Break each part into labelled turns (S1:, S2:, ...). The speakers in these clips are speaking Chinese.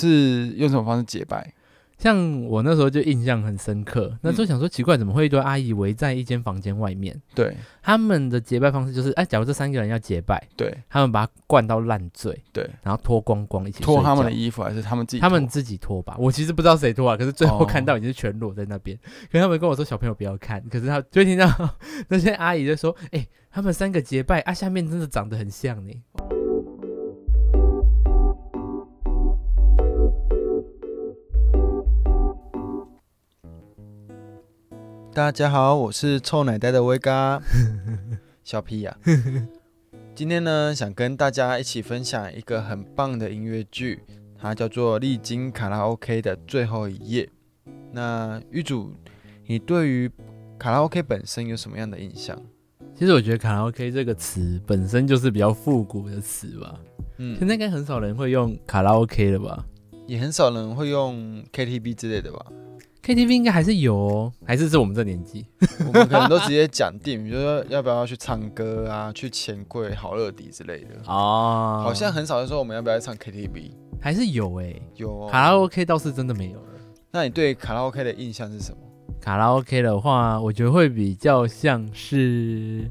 S1: 是用什么方式结拜？
S2: 像我那时候就印象很深刻，那时候想说奇怪，怎么会一堆阿姨围在一间房间外面？
S1: 对
S2: 他们的结拜方式就是，哎，假如这三个人要结拜，
S1: 对
S2: 他们把它灌到烂醉，
S1: 对，
S2: 然后脱光光一起
S1: 脱他们的
S2: 睡觉
S1: 衣服还是他们自己脱？
S2: 他们自己脱吧，我其实不知道谁脱啊，可是最后
S1: 哦
S2: 看到已经是全裸在那边。可是他们跟我说小朋友不要看，可是他就会听到 那些阿姨就说：“哎、他们三个结拜啊，下面真的长得很像呢。
S3: 大家好，我是臭奶呆的 威嘎，小屁呀、 今天呢，想跟大家一起分享一个很棒的音乐剧，它叫做《历经卡拉 OK 的最后一夜》。那玉主，你对于卡拉 OK 本身有什么样的印象？”
S2: 其实我觉得卡拉 OK 这个词本身就是比较复古的词吧，现
S3: 嗯，
S2: 在应该很少人会用卡拉 OK 了吧
S3: 也很少人会用 KTV 之类的吧？
S2: ？KTV 应该还是有哦，还是是我们这年纪。
S3: 我们可能都直接讲定，比如说要不要去唱歌啊，去钱柜、好乐迪之类的。
S2: 哦，
S3: 好像很少人说我们要不要去唱 KTV。
S2: 还是有哎、
S3: 有哦
S2: 卡拉 OK 倒是真的没有了。
S3: 那你对卡拉 OK 的印象是什么？
S2: 卡拉 OK 的话，我觉得会比较像是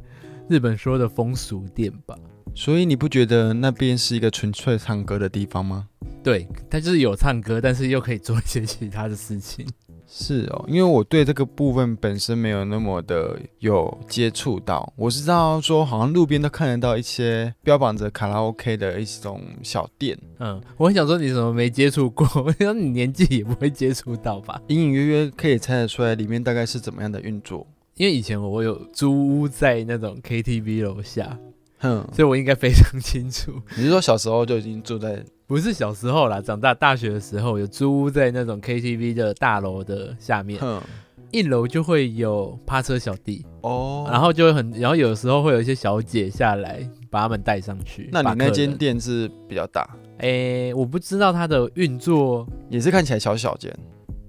S2: 日本说的风俗店吧。
S3: 所以你不觉得那边是一个纯粹唱歌的地方吗？
S2: 对，它就是有唱歌，但是又可以做一些其他的事情。
S3: 是哦，因为我对这个部分本身没有那么的有接触到，我是知道说好像路边都看得到一些标榜着卡拉 OK 的一种小店，
S2: 嗯，我很想说你怎么没接触过？ 我想你年纪也不会接触到吧？
S3: 隐隐约约可以猜得出来里面大概是怎么样的运作。
S2: 因为以前我有租屋在那种 KTV 楼下，
S3: 哼，
S2: 所以我应该非常清楚。
S3: 你是说小时候就已经住在
S2: 不是小时候啦，长大大学的时候有租屋在那种 KTV 的大楼的下面，
S3: 哼
S2: 一楼就会有趴车小弟，
S3: 哦？
S2: 然后就会很，然后有时候会有一些小姐下来把他们带上去。
S3: 那你
S2: 把客
S3: 那
S2: 人
S3: 间，店是比较大，
S2: 诶，我不知道它的运作，
S3: 也是看起来小小间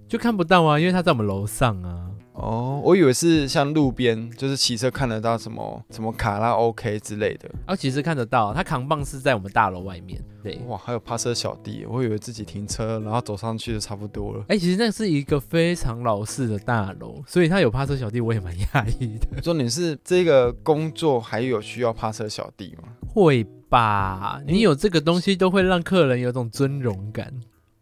S2: 就看不到啊，因为它在我们楼上啊。
S3: 哦，我以为是像路边就是骑车看得到什么什么卡拉 OK 之类的。
S2: 然后哦其实看得到，啊它扛棒是在我们大楼外面。对，
S3: 哇，还有趴车小弟，我以为自己停车，然后走上去就差不多了。
S2: 哎，其实那是一个非常老式的大楼，所以它有趴车小弟，我也蛮讶异的。
S3: 重点是这个工作还有需要趴车小弟吗？
S2: 会吧？你
S3: 诶
S2: 有这个东西，都会让客人有种尊荣感。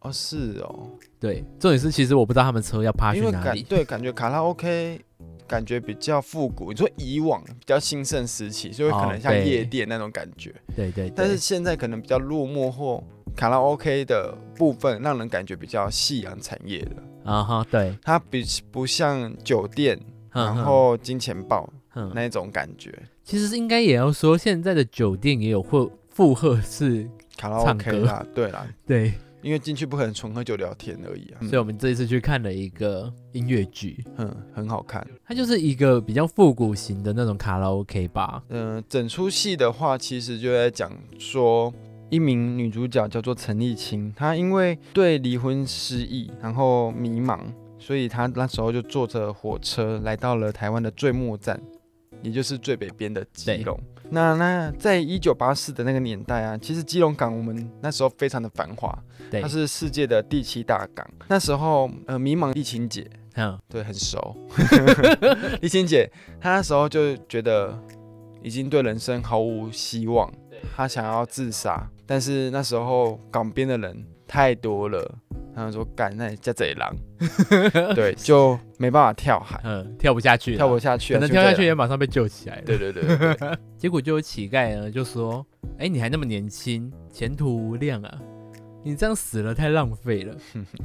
S3: 哦，是哦，
S2: 对，重点是其实我不知道他们车要趴去
S3: 因为
S2: 哪
S3: 感
S2: 里。
S3: 对感觉卡拉 OK 感觉比较复古，你说以往比较兴盛时期，就会可
S2: 哦
S3: 能像
S2: 对
S3: 夜店那种感觉，
S2: 对对对，
S3: 但是现在可能比较落寞或卡拉 OK 的部分，让人感觉比较夕阳产业的，
S2: 啊哈，对，
S3: 它比不像酒店，
S2: 哼
S3: 然
S2: 嗯哼
S3: 后金钱豹
S2: 哼
S3: 那种感觉，
S2: 其实应该也要说，现在的酒店也有会负荷式，
S3: 卡拉
S2: 唱
S3: OK
S2: 歌
S3: 啦，对啦，
S2: 对，
S3: 因为进去不可能纯喝酒聊天而已啊。
S2: 所以我们这一次去看了一个音乐剧，
S3: 嗯，很好看。
S2: 它就是一个比较复古型的那种卡拉 OK 吧。
S3: 嗯、整出戏的话，其实就在讲说一名女主角叫做陈丽青，她因为对离婚失忆，然后迷茫，所以她那时候就坐着火车来到了台湾的最末站，也就是最北边的基隆。那那在一九八四的那个年代啊，其实基隆港我们那时候非常的繁华，
S2: 对
S3: 它，是世界的第七大港。那时候呃，迷茫丽青姐
S2: 嗯，
S3: 对，很熟。 丽青姐，她那时候就觉得已经对人生毫无希望，她想要自杀，但是那时候港边的人太多了，她就说干那家贼狼， 对，就没办法跳 海，
S2: 嗯，跳不下去了，
S3: 跳不下去啊，
S2: 可能
S3: 就
S2: 跳下
S3: 这
S2: 去也
S3: 样。
S2: 马上被救起来了。
S3: 对对对对对
S2: 结果就有乞丐呢就说：“哎，你还那么年轻，前途无量啊，你这样死了太浪 费了。”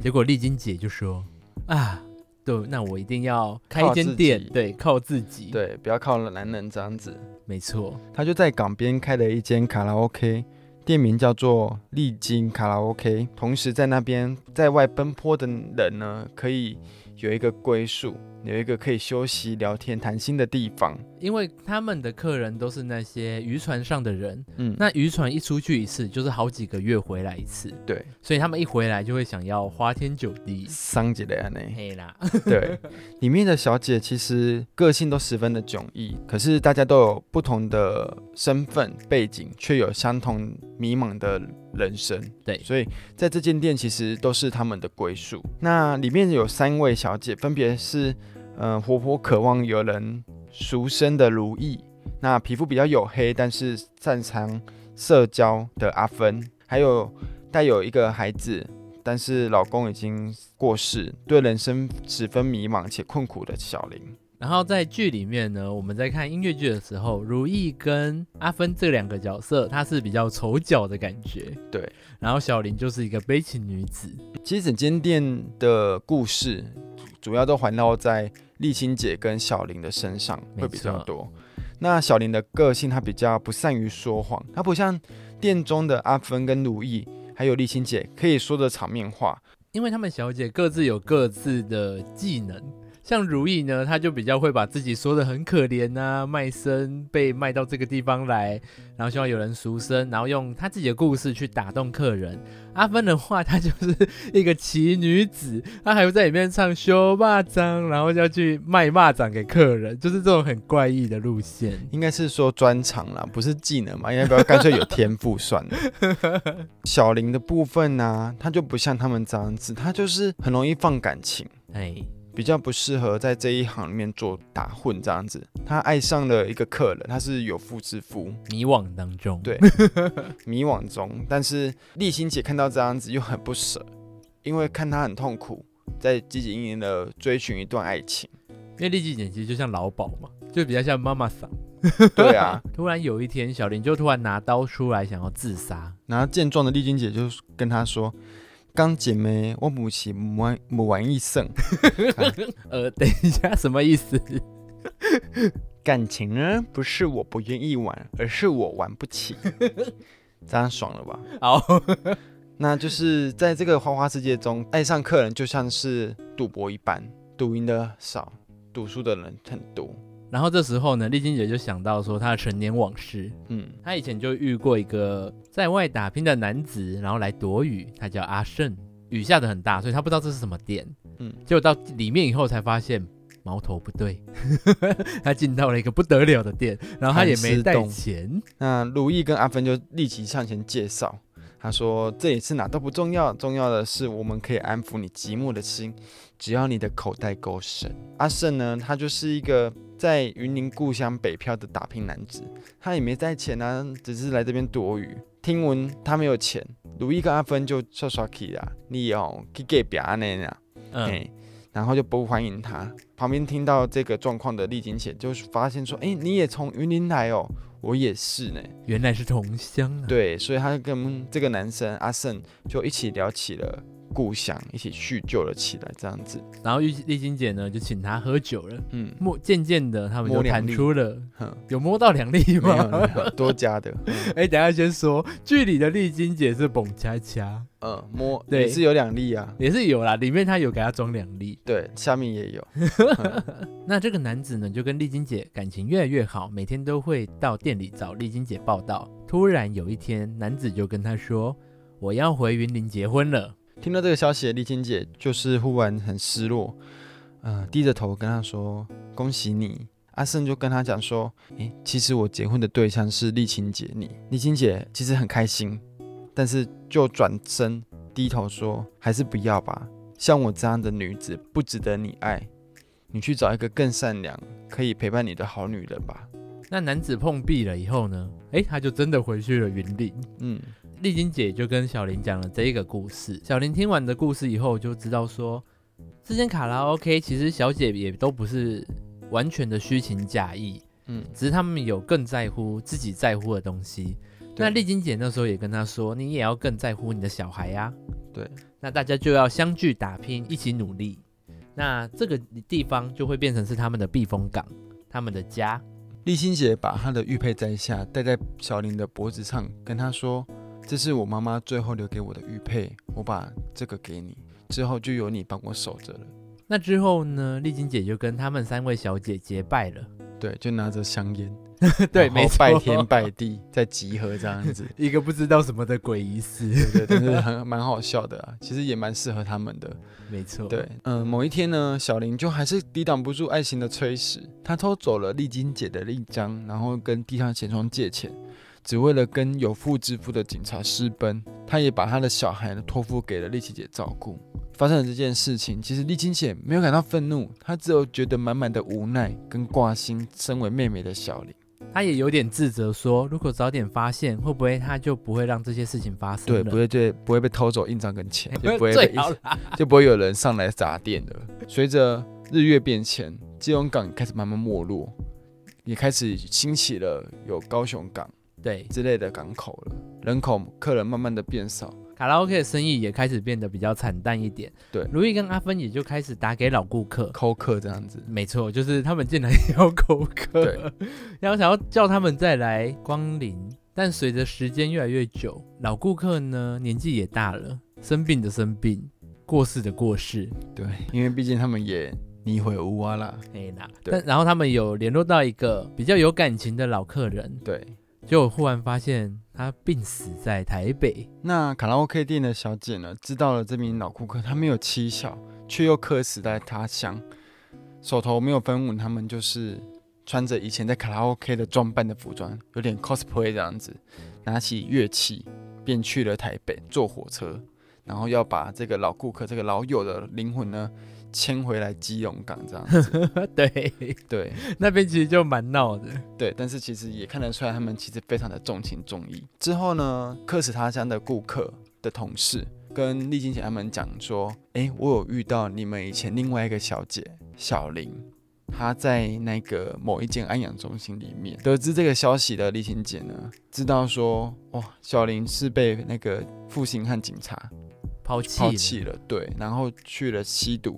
S2: 结果丽晶姐就说：“啊，对，那我一定要开一
S3: 靠
S2: 间
S3: 自
S2: 店
S3: 己，
S2: 对，靠自己，，
S3: 对，不要靠男人这样子。
S2: 没错，
S3: 她就在港边开了一间卡拉 OK，店名叫做丽晶卡拉 OK。同时在那边在外奔波的人呢，可以有一个归宿，有一个可以休息、聊天、谈心的地方。
S2: 因为他们的客人都是那些渔船上的人，
S3: 嗯，
S2: 那渔船一出去一次就是好几个月回来一次，
S3: 对，
S2: 所以他们一回来就会想要花天酒地。
S3: 桑吉雷安内。
S2: 嘿啦，
S3: 对，里面的小姐其实个性都十分的迥异，可是大家都有不同的身份背景，却有相同迷茫的人生。
S2: 对
S3: 所以在这间店其实都是他们的归宿。那里面有三位小姐，分别是嗯、呃活泼渴望有人赎身的如意，那皮肤比较黝黑，但是擅长社交的阿芬，还有带有一个孩子，但是老公已经过世，对人生十分迷茫且困苦的小林。
S2: 然后在剧里面呢，我们在看音乐剧的时候，如意跟阿芬这两个角色，她是比较丑角的感觉。
S3: 对，
S2: 然后小林就是一个悲情女子。
S3: 其实整间店的故事主要都环绕在丽青姐跟小林的身上，
S2: 没
S3: 会比较
S2: 错
S3: 多。那小林的个性，她比较不善于说谎，她不像店中的阿芬跟如意，还有丽青姐可以说的场面话，
S2: 因为她们小姐各自有各自的技能，像如意呢，她就比较会把自己说的很可怜啊，卖身被卖到这个地方来，然后希望有人赎身，然后用她自己的故事去打动客人。阿芬的话，她就是一个奇女子，她还会在里面唱修蚂蚱，然后要去卖蚂蚱给客人，就是这种很怪异的路线。
S3: 应该是说专长啦，不是技能嘛？应该不要干脆有天赋算了。 小林的部分呢、他就不像他们这样子，他就是很容易放感情，
S2: 哎，
S3: 比较不适合在这一行里面做打混这样子。他爱上了一个客人，他是有妇之夫，
S2: 迷惘当中，
S3: 对迷惘中。但是丽欣姐看到这样子又很不舍，因为看他很痛苦，在积极营营的追寻一段爱情。
S2: 因为利己剪辑就像老鸨嘛，就比较像妈妈桑。
S3: 对啊，
S2: 突然有一天，小林就突然拿刀出来想要自杀。
S3: 然后健壮的丽君姐就跟他说：“刚姐妹，我母是母玩母玩一胜，
S2: 呃，等一下，什么意思？
S3: 感情呢不是我不愿意玩，而是我玩不起。这样爽了吧？
S2: 好，
S3: 那就是在这个花花世界中，爱上客人就像是赌博一般，赌赢的少，赌输的人很多。
S2: 然后这时候呢，丽晶姐就想到说她的陈年往事，
S3: 嗯，
S2: 她以前就遇过一个在外打拼的男子，然后来躲雨，他叫阿胜，雨下的很大，所以他不知道这是什么店，嗯
S3: 嗯，
S2: 结果到里面以后才发现。矛头不对， 他进到了一个不得了的店，然后他也没带
S3: 韩式洞
S2: 钱，
S3: 那如意跟阿芬就立即上前介绍，他说：“这里是哪都不重要，重要的是我们可以安抚你寂寞的心，只要你的口袋够深。”阿胜呢，他就是一个在云林故乡北漂的打拼男子，他也没带钱啊，只是来这边躲雨。听闻他没有钱，如意跟阿芬就刷刷气啦，你哦去给别安尼啦，哎、
S2: 嗯，
S3: 然后就不欢迎他。旁边听到这个状况的丽景姐就发现说：“哎、你也从云林来哦，我也是呢。”
S2: 原来是同乡啊，
S3: 对，所以他跟这个男生阿胜就一起聊起了故乡，一起叙旧了起来，这样子。
S2: 然后玉丽晶姐呢就请他喝酒了，
S3: 嗯，
S2: 摸渐渐的他们就
S3: 摸两
S2: 谈
S3: 粒
S2: 出了，
S3: 哼，
S2: 有摸到两粒
S3: 没有
S2: 吗？
S3: 没有 多加的，嗯
S2: 哎、等一下先说，剧里的丽晶姐是蹦恰恰，
S3: 嗯，摸
S2: 对
S3: 也是有两粒啊，
S2: 也是有啦，里面她有给她装两粒。
S3: 对，下面也有。
S2: 那这个男子呢，就跟丽晶姐感情越来越好，每天都会到店里找丽晶姐报道。突然有一天，男子就跟她说：“我要回云林结婚了。
S3: 听到这个消息的丽青姐就是忽然很失落，嗯，低着头跟他说：“恭喜你。”阿胜就跟他讲说：“诶，其实我结婚的对象是丽青姐你。”丽青姐其实很开心，但是就转身低头说：“还是不要吧，像我这样的女子不值得你爱，你去找一个更善良、可以陪伴你的好女人吧。””
S2: 那男子碰壁了以后呢，哎、他就真的回去了云林。
S3: 嗯，
S2: 丽晶姐就跟小林讲了这一个故事。小林听完的故事以后，就知道说，这间卡拉 OK 其实小姐也都不是完全的虚情假意，
S3: 嗯，
S2: 只是他们有更在乎自己在乎的东西。
S3: 对
S2: 那丽晶姐那时候也跟他说，你也要更在乎你的小孩呀、
S3: 对，
S2: 那大家就要相聚打拼，一起努力。那这个地方就会变成是他们的避风港，他们的家。
S3: 丽欣姐把她的玉佩摘下，戴在小林的脖子上，跟她说：“这是我妈妈最后留给我的玉佩，我把这个给你，之后就由你帮我守着了。
S2: 那之后呢，丽晶姐就跟他们三位小姐结拜了。”
S3: 对，对，就拿着香烟，
S2: 对，
S3: 然后
S2: 没错，
S3: 拜天拜地在集合这样子，
S2: 一个不知道什么的鬼仪式，
S3: 对对，但是很蛮好笑的啊，其实也蛮适合他们的。
S2: 没错，
S3: 对，嗯、某一天呢，小林就还是抵挡不住爱情的催使，他偷走了丽晶姐的印章，然后跟地上钱庄借钱，只为了跟有妇之夫的警察私奔。他也把他的小孩呢托付给了丽琪姐照顾。发生了这件事情，其实丽晶姐没有感到愤怒，她只有觉得满满的无奈跟挂心。身为妹妹的小林，
S2: 他也有点自责说，如果早点发现，会不会他就不会让这些事情发生
S3: 对，
S2: 了？
S3: 不会对，不会被偷走印章跟钱，就不会被
S2: 哎最
S3: 一
S2: 好啦，
S3: 就不会有人上来砸店了。随着日月变迁，基隆港开始慢慢没落，也开始兴起了有高雄港
S2: 对，
S3: 之类的港口了，人口客人慢慢的变少。
S2: 卡拉 OK 的生意也开始变得比较惨淡一点。
S3: 对
S2: 如意跟阿芬也就开始打给老顾客。
S3: 扣客这样子，
S2: 没错，就是他们进来要口渴，然后想 要叫他们再来光临。但随着时间越来越久，老顾客呢年纪也大了，生病的生病，过世的过世，
S3: 对，因为毕竟他们也你毁乌啊啦，
S2: 哎啦。
S3: 对
S2: 但然后他们有联络到一个比较有感情的老客人，
S3: 对。
S2: 结果忽然发现他病死在台北。
S3: 那卡拉 OK 店的小姐呢，知道了这名老顾客他没有妻小，却又客死在他乡，手头没有分文，他们就是穿着以前在卡拉 OK 的装扮的服装，有点 cosplay 这样子，拿起乐器便去了台北，坐火车，然后要把这个老顾客这个老友的灵魂呢牵回来基隆港这样子。
S2: 对，
S3: 对
S2: 那边其实就蛮闹的。
S3: 对，但是其实也看得出来，他们其实非常的重情重义。之后呢，客死他乡的顾客的同事跟丽晶姐他们讲说：“诶，我有遇到你们以前另外一个小姐小林，她在那个某一间安养中心里面。”得知这个消息的丽晶姐呢，知道说：“哇，小林是被那个复兴和警察
S2: 抛弃了
S3: 抛弃了，对，然后去了吸毒，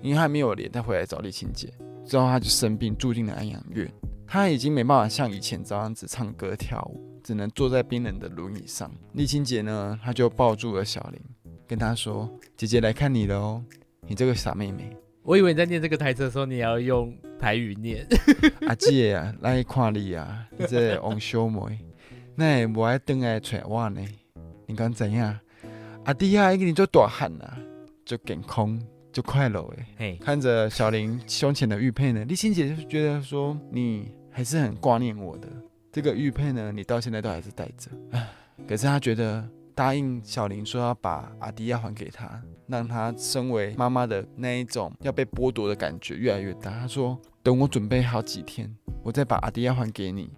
S3: 因为他没有脸，他回来找丽琴姐，之后他就生病，住进了安养院。他已经没办法像以前这样子唱歌跳舞，只能坐在冰冷的轮椅上。丽琴姐呢，她就抱住了小林，跟她说：“姐姐来看你了哦，你这个傻妹妹，
S2: 我以为你在念这个台词的时候，你也要用台语念。
S3: 阿姐啊，来看你啊，你这个王小妹，那也无爱等来找我呢，你敢怎样？阿弟啊，已经做大汉啊，就健康，就快乐诶。”
S2: 嘿，
S3: 看着小林胸前的玉佩呢，丽欣姐就觉得说你还是很挂念我的。这个玉佩呢，你到现在都还是戴着。唉可是她觉得答应小林说要把阿迪亚还给她，让她身为妈妈的那一种要被剥夺的感觉越来越大。她说等我准备好几天，我再把阿迪亚还给你，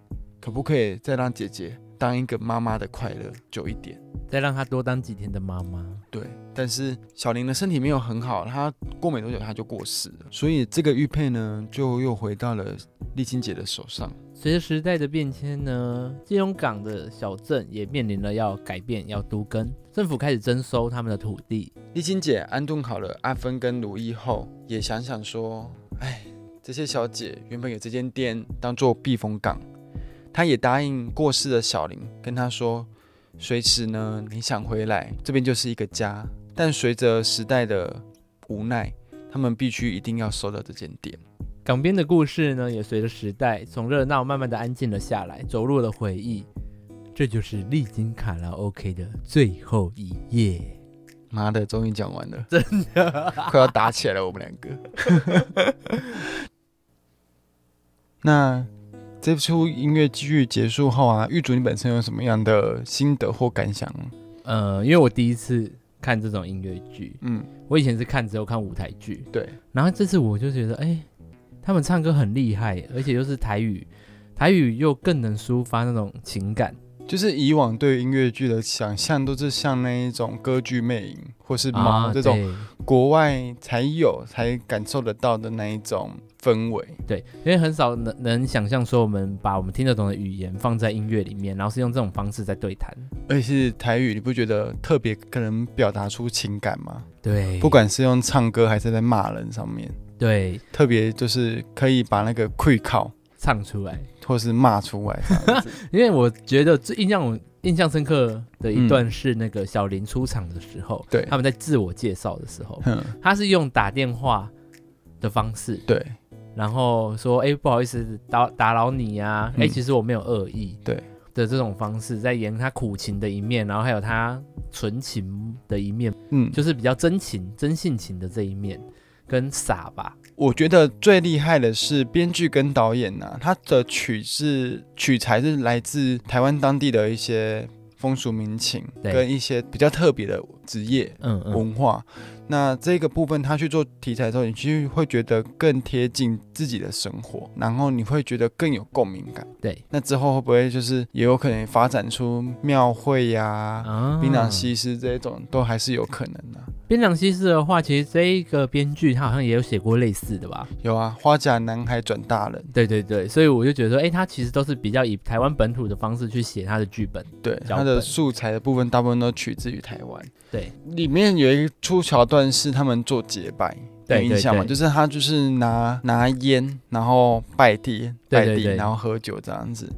S3: 可不可以再让姐姐当一个妈妈的快乐久一点？
S2: 再让他多当几天的妈妈。
S3: 对，但是小林的身体没有很好，他过没多久他就过世了，所以这个玉佩呢，就又回到了丽青姐的手上。
S2: 随着时代的变迁呢，金融港的小镇也面临了要改变、要都更，政府开始征收他们的土地。
S3: 丽青姐安顿好了阿芬跟如意后，也想想说，哎，这些小姐原本有这间店当做避风港，她也答应过世的小林，跟她说，随时呢你想回来，这边就是一个家。但随着时代的无奈，他们必须一定要收掉这间店。
S2: 港边的故事呢，也随着时代从热闹慢慢的安静了下来，走入了回忆。这就是历经卡拉 OK 的最后一页。
S3: 妈的，终于讲完了，真的 快要打起来了，我们两个。 那这出音乐剧结束后啊，玉竹你本身有什么样的心得或感想？
S2: 呃，因为我第一次看这种音乐剧，
S3: 嗯，
S2: 我以前是看只有看舞台剧，
S3: 对，
S2: 然后这次我就觉得，哎、他们唱歌很厉害，而且又是台语，台语又更能抒发那种情感。
S3: 就是以往对音乐剧的想象都是像那一种歌剧魅影或是
S2: 啊
S3: 猫、这种
S2: 对
S3: 国外才有才感受得到的那一种氛围。
S2: 对，因为很少能能想象说我们把我们听得懂的语言放在音乐里面，然后是用这种方式在对谈。
S3: 而且是台语，你不觉得特别可能表达出情感吗？
S2: 对，
S3: 不管是用唱歌还是在骂人上面。
S2: 对
S3: 特别就是可以把那个愧靠
S2: 唱出来，
S3: 或是骂出 来这样子，
S2: 因为我觉得最印象我印象深刻的一
S3: 嗯
S2: 段是那个小林出场的时候，
S3: 对 嗯
S2: 他们在自我介绍的时候，
S3: 哼，
S2: 他是用打电话的方式，
S3: 对，
S2: 然后说哎、不好意思打打扰你啊，哎、
S4: 嗯
S2: 其实我没有恶意，
S4: 对
S2: 的这种方式，在演他苦情的一面，然后还有他纯情的一面，
S4: 嗯，就
S2: 就是比较真情、真性情的这一面，跟傻吧，
S3: 我觉得最厉害的是编剧跟导演呐、他的曲是曲材是来自台湾当地的一些风俗民情，
S2: 对
S3: 跟一些比较特别的职业
S2: 嗯嗯，
S3: 文化。那这个部分他去做题材的时候，你其实会觉得更贴近自己的生活，然后你会觉得更有共鸣感。
S2: 对，
S3: 那之后会不会就是也有可能发展出庙会呀、
S2: 啊
S3: 槟榔，西施这种都还是有可能的、
S2: 槟榔西施的话，其实这一个编剧他好像也有写过类似的吧？
S3: 有啊，花甲男孩转大人，
S2: 对对对，所以我就觉得说，哎、他其实都是比较以台湾本土的方式去写他的剧本，
S3: 对，
S2: 脚
S3: 它的
S2: 本
S3: 素材的部分大部分都取自于台湾。
S2: 对，
S3: 里面有一出桥段是他们做结拜，有
S2: 对
S3: 印象吗？
S2: 对对
S3: 就是他就是拿拿烟，然后拜地
S2: 对
S3: 拜
S2: 对
S3: 地，
S2: 对
S3: 然后喝酒这样子。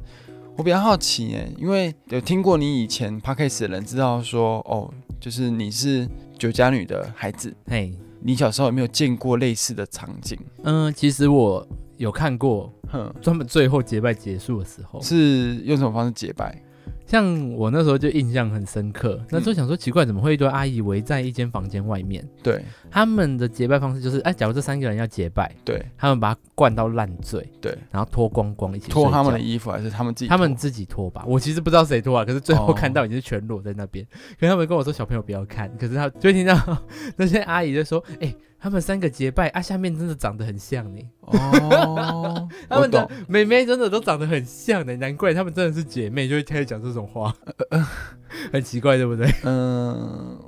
S3: 我比较好奇耶，因为有听过你以前 p o d c a s 的人知道说，哦，就是你是酒家女的孩子，
S2: 嘿，
S3: 你小时候有没有见过类似的场景？
S2: 嗯，其实我有看过，
S3: 哼，
S2: 专门最后结拜结束的时候，
S3: 是用什么方式结拜？
S2: 像我那时候就印象很深刻，那时候想说奇怪，怎么会一堆阿姨围在一间房间外面？
S3: 对
S2: 他们的结拜方式就是，哎，假如这三个人要结拜，
S3: 对
S2: 他们把它灌到烂醉，
S3: 对，
S2: 然后脱光光一起
S3: 脱他们的
S2: 睡觉
S3: 衣服还是他们自己脱？
S2: 他们自己脱吧，我其实不知道谁脱啊，可是最后
S3: 哦
S2: 看到已经是全裸在那边，可是他们跟我说小朋友不要看，可是他就会听到 那些阿姨就说，哎、他们三个结拜啊，下面真的长得很像呢，，
S3: 哦
S2: 他
S3: 我
S2: 们的
S3: 懂。
S2: 妹妹真的都长得很像呢，难怪他们真的是姐妹，就会开始讲这种话， 很奇怪，对不对？
S3: 嗯，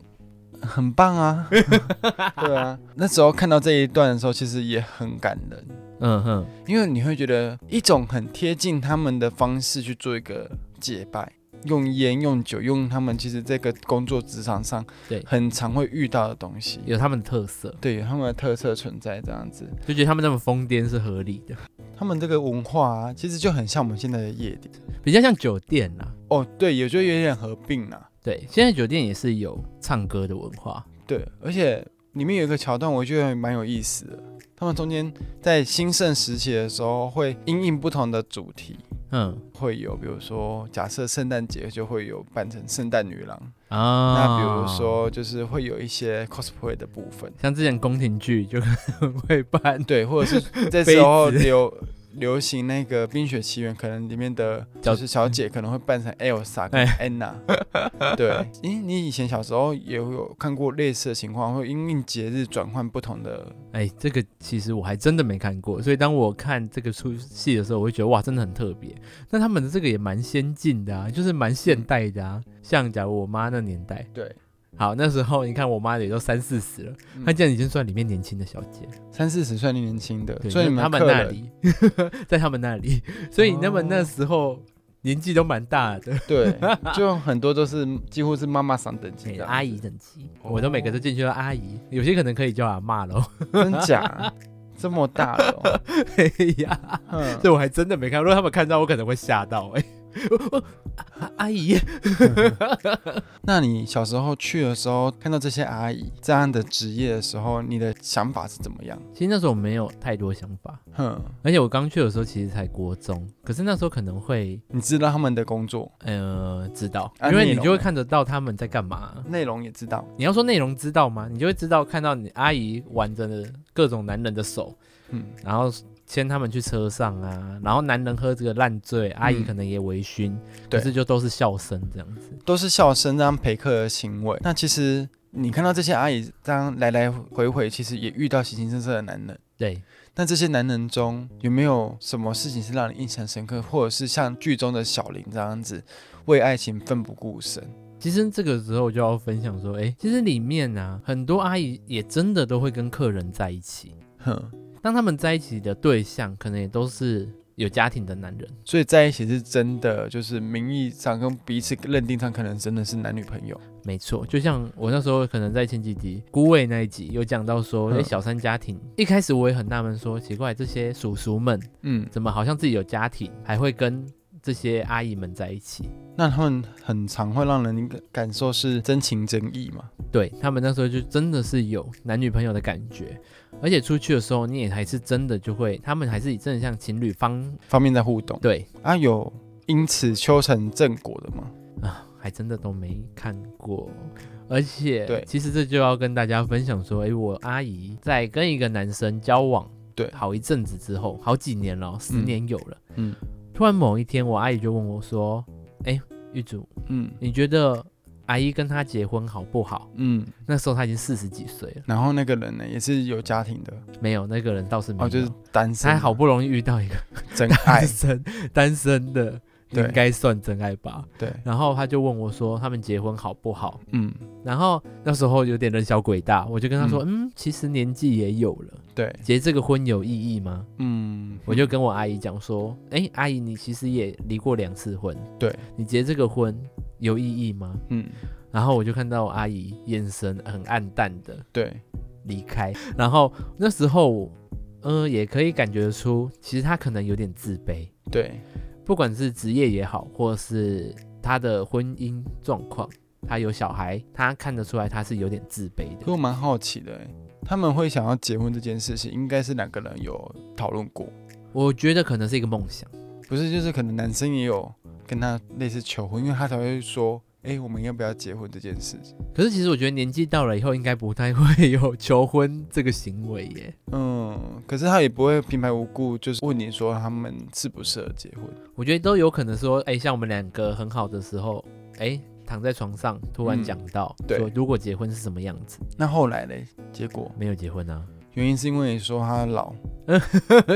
S3: 很棒啊， 对啊，那时候看到这一段的时候，其实也很感人，
S2: 嗯哼。
S3: 因为你会觉得一种很贴近他们的方式去做一个结拜，用烟、用酒、用他们其实这个工作职场上
S2: 对
S3: 很常会遇到的东西，
S2: 有他们的特色，
S3: 对，有他们的特色存在这样子。
S2: 就觉得他们那么疯癫是合理的，
S3: 他们这个文化啊，其实就很像我们现在的夜店
S2: 比较像酒店啦。
S3: 哦，对，也就有点合并啊啦、
S2: 对，现在酒店也是有唱歌的文化，
S3: 对，而且里面有一个桥段，我觉得蛮有意思的。他们中间在兴盛时期的时候，会因应不同的主题，
S2: 嗯
S3: 会有比如说，假设圣诞节就会有扮成圣诞女郎，
S2: 啊，
S3: 那比如说就是会有一些 cosplay 的部分，
S2: 像之前宫廷剧就可能会办
S3: 对，或者是这
S2: 杯
S3: 时候
S2: 子
S3: 流流行那个《冰雪奇缘》，可能里面的
S2: 角
S3: 就是小姐可能会扮成 Elsa 跟
S2: 哎
S3: Anna，对， 因你以前小时候也有看过类似的情况，会因应节日转换不同的
S2: 哎、这个其实我还真的没看过，所以当我看这个出戏的时候，我会觉得哇，真的很特别。那他们的这个也蛮先进的啊，就是蛮现代的啊。像假如我妈那年代，
S3: 对，
S2: 好那时候你看我妈也都三四十了，
S3: 嗯
S2: 她竟然已经算里面年轻的小姐了。
S3: 三四十岁的年轻的，
S2: 对，
S3: 所以
S2: 就
S3: 你
S2: 他们
S3: 客
S2: 那
S3: 人
S2: 里， 在他们那里，所以他们那
S3: 哦
S2: 时候年纪都蛮大的，
S3: 对，就很多都是几乎是妈妈桑等级
S2: 哎
S3: 的
S2: 阿姨，等级，我都每个都进去了阿姨，有些可能可以叫阿妈喽。
S3: 真假？这么大了
S2: 哎呀，
S3: 哦、 嗯
S2: 这我还真的没看，如果他们看到我可能会吓到 哎、我我啊阿姨，
S3: 那你小时候去的时候，看到这些阿姨这样的职业的时候，你的想法是怎么样？
S2: 其实那时候我没有太多想法，
S3: 哼，
S2: 而且我刚去的时候其实才国中，可是那时候可能会
S3: 你知道他们的工作
S2: 呃知道，
S3: 啊
S2: 因为
S3: 内
S2: 你
S3: 容
S2: 就会
S3: 呢
S2: 看得到他们在干嘛、
S3: 内容也知道，
S2: 你要说内容知道吗？你就会知道看到你阿姨挽着各种男人的手，
S3: 嗯，
S2: 然后牵他们去车上啊，然后男人喝这个烂醉，阿姨可能也微醺，可
S3: 对
S2: 是就都是笑声这样子。
S3: 都是笑声这样陪客的行为。那其实你看到这些阿姨这样来来回回，其实也遇到形形色色的男人。
S2: 对，
S3: 那这些男人中有没有什么事情是让你印象深刻，或者是像剧中的小林这样子为爱情奋不顾身？
S2: 其实这个时候就要分享说，哎，其实里面啊，很多阿姨也真的都会跟客人在一起，
S3: 哼，
S2: 当他们在一起的对象可能也都是有家庭的男人。
S3: 所以在一起是真的，就是名义上跟彼此认定上可能真的是男女朋友。
S2: 没错，就像我那时候可能在前几集《孤味》那一集有讲到说，哎、
S3: 嗯
S2: 小三家庭一开始我也很纳闷说，奇怪，这些叔叔们
S3: 嗯，
S2: 怎么好像自己有家庭，还会跟这些阿姨们在一起。
S3: 那他们很常会让人感感受是真情真意嘛？
S2: 对他们那时候就真的是有男女朋友的感觉，而且出去的时候你也还是真的就会，他们还是真的像情侣方
S3: 方面在互动
S2: 对
S3: 啊，有因此修成正果的吗？
S2: 啊，还真的都没看过。而且，
S3: 对
S2: 其实这就要跟大家分享说，诶，我阿姨在跟一个男生交往，
S3: 对
S2: 好一阵子之后，好几年了哦，十
S3: 嗯
S2: 年有了，
S3: 嗯
S2: 突然某一天，我阿姨就问我说：“诶，玉竹，
S3: 嗯
S2: 你觉得阿姨跟他结婚好不好
S3: 嗯，？”
S2: 那时候他已经四十几岁了，
S3: 然后那个人呢也是有家庭的
S2: 没有那个人倒是没有，
S3: 哦，就是单身，
S2: 他好不容易遇到一个
S3: 真爱
S2: 单，身单身的，
S3: 对
S2: 应该算真爱吧。
S3: 对，
S2: 然后他就问我说：“他们结婚好不好？”
S3: 嗯
S2: 然后那时候有点人小鬼大，我就跟他说，嗯其实年纪也有了，
S3: 对，
S2: 结这个婚有意义吗？
S3: 嗯，
S2: 我就跟我阿姨讲说，哎、阿姨，你其实也离过两次婚，
S3: 对，
S2: 你结这个婚有意义吗？
S3: 嗯
S2: 然后我就看到我阿姨眼神很暗淡的
S3: 对，
S2: 离开，然后那时候，嗯、也可以感觉得出，其实她可能有点自卑，
S3: 对，
S2: 不管是职业也好，或是她的婚姻状况。她有小孩，她看得出来她是有点自卑的
S3: 可。我蛮好奇的欸，他们会想要结婚这件事情，应该是两个人有讨论过，
S2: 我觉得可能是一个梦想，
S3: 不是，就是可能男生也有跟他类似求婚，因为他才会说，哎、我们要不要结婚这件事情。
S2: 可是其实我觉得年纪到了以后，应该不太会有求婚这个行为耶。
S3: 嗯，可是他也不会平白无故就是问你说他们适不适合结婚。
S2: 我觉得都有可能说，哎、像我们两个很好的时候，哎、躺在床上突然
S3: 嗯
S2: 讲到、
S3: 对
S2: 说如果结婚是什么样子，
S3: 那后来嘞，结果
S2: 没有结婚啊，
S3: 原因是因为你说他老，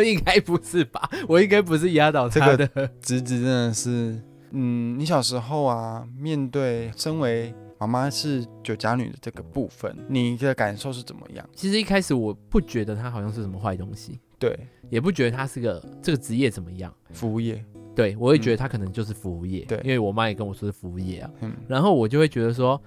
S2: 应该不是吧？我应该不是压倒他
S3: 这
S2: 的。
S3: 侄子真的是，嗯，你小时候啊，面对身为妈妈是酒家女的这个部分，你的感受是怎么样？
S2: 其实一开始我不觉得他好像是什么坏东西，
S3: 对，
S2: 也不觉得他是个这个职业怎么样。
S3: 服务业，
S2: 对，我也觉得他可能就是服务业，
S3: 对
S2: 因为我妈也跟我说是服务业啊。
S3: 嗯
S2: 然后我就会觉得说，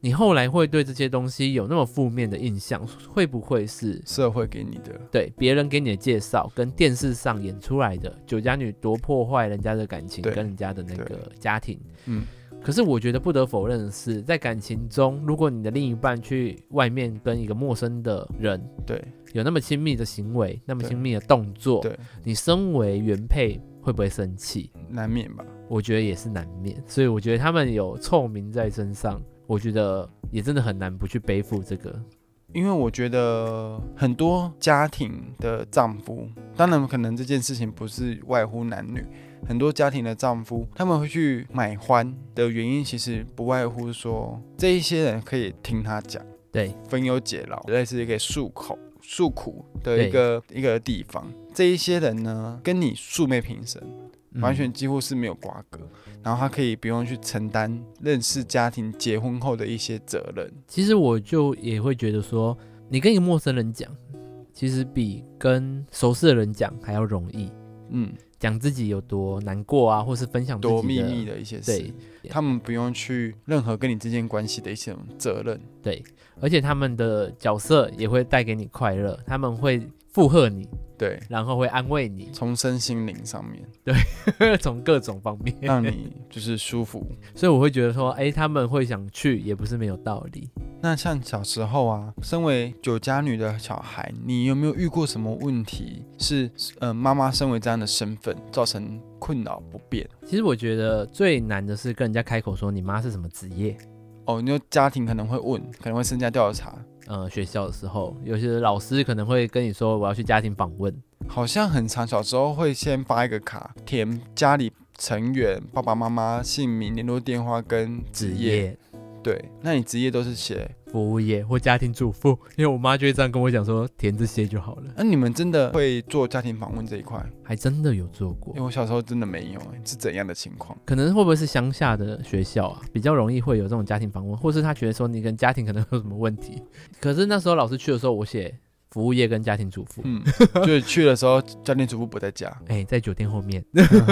S2: 你后来会对这些东西有那么负面的印象，会不会是
S3: 社会给你的，
S2: 对别人给你的介绍跟电视上演出来的酒家女多破坏人家的感情
S3: 对
S2: 跟人家的那个家庭？
S3: 嗯，
S2: 可是我觉得不得否认的是，在感情中，如果你的另一半去外面跟一个陌生的人
S3: 对
S2: 有那么亲密的行为，那么
S3: 对
S2: 亲密的动作，
S3: 对，
S2: 你身为原配会不会生气？
S3: 难免吧。
S2: 我觉得也是难免，所以我觉得他们有臭名在身上，我觉得也真的很难不去背负这个。
S3: 因为我觉得很多家庭的丈夫，当然可能这件事情不是外乎男女，很多家庭的丈夫他们会去买欢的原因，其实不外乎说这一些人可以听他讲，
S2: 对，
S3: 分忧解劳，类似一个诉口诉苦的一个一个地方。这一些人呢，跟你素昧平生，
S2: 嗯
S3: 完全几乎是没有瓜葛，然后他可以不用去承担认识家庭结婚后的一些责任。
S2: 其实我就也会觉得说，你跟一个陌生人讲，其实比跟熟识的人讲还要容易，
S3: 嗯。
S2: 讲自己有多难过啊，或是分享自己
S3: 多秘密
S2: 的。
S3: 的一些
S2: 对
S3: 事，他们不用去任何跟你之间关系的一些责任。
S2: 对，而且他们的角色也会带给你快乐，他们会附和你，
S3: 对，
S2: 然后会安慰你，
S3: 从身心灵上 面
S2: 从各种方面。
S3: 让你就是舒服。
S2: 所以我会觉得说，哎，他们会想去也不是没有道理。
S3: 那像小时候啊，身为酒家女的小孩，你有没有遇过什么问题是呃妈妈身为这样的身份造成困扰不便？
S2: 其实我觉得最难的是跟人家开口说你妈是什么职业。
S3: 哦，你就家庭可能会问，可能会身家调查，
S2: 呃，学校的时候，有些老师可能会跟你说我要去家庭访问，
S3: 好像很常小时候会先发一个卡，填家里成员、爸爸妈妈姓名、联络电话跟职业。对，那你职业都是写？
S2: 服务业或家庭主妇，因为我妈就会这样跟我讲说填这些就好了，
S3: 那、你们真的会做家庭访问这一块？
S2: 还真的有做过
S3: 因为。我小时候真的没有、欸，是怎样的情况？
S2: 可能会不会是乡下的学校啊，比较容易会有这种家庭访问，或是他觉得说你跟家庭可能有什么问题。可是那时候老师去的时候，我写服务业跟家庭主妇，
S3: 嗯，就是去的时候家庭主妇不在家，
S2: 哎、在酒店后 面，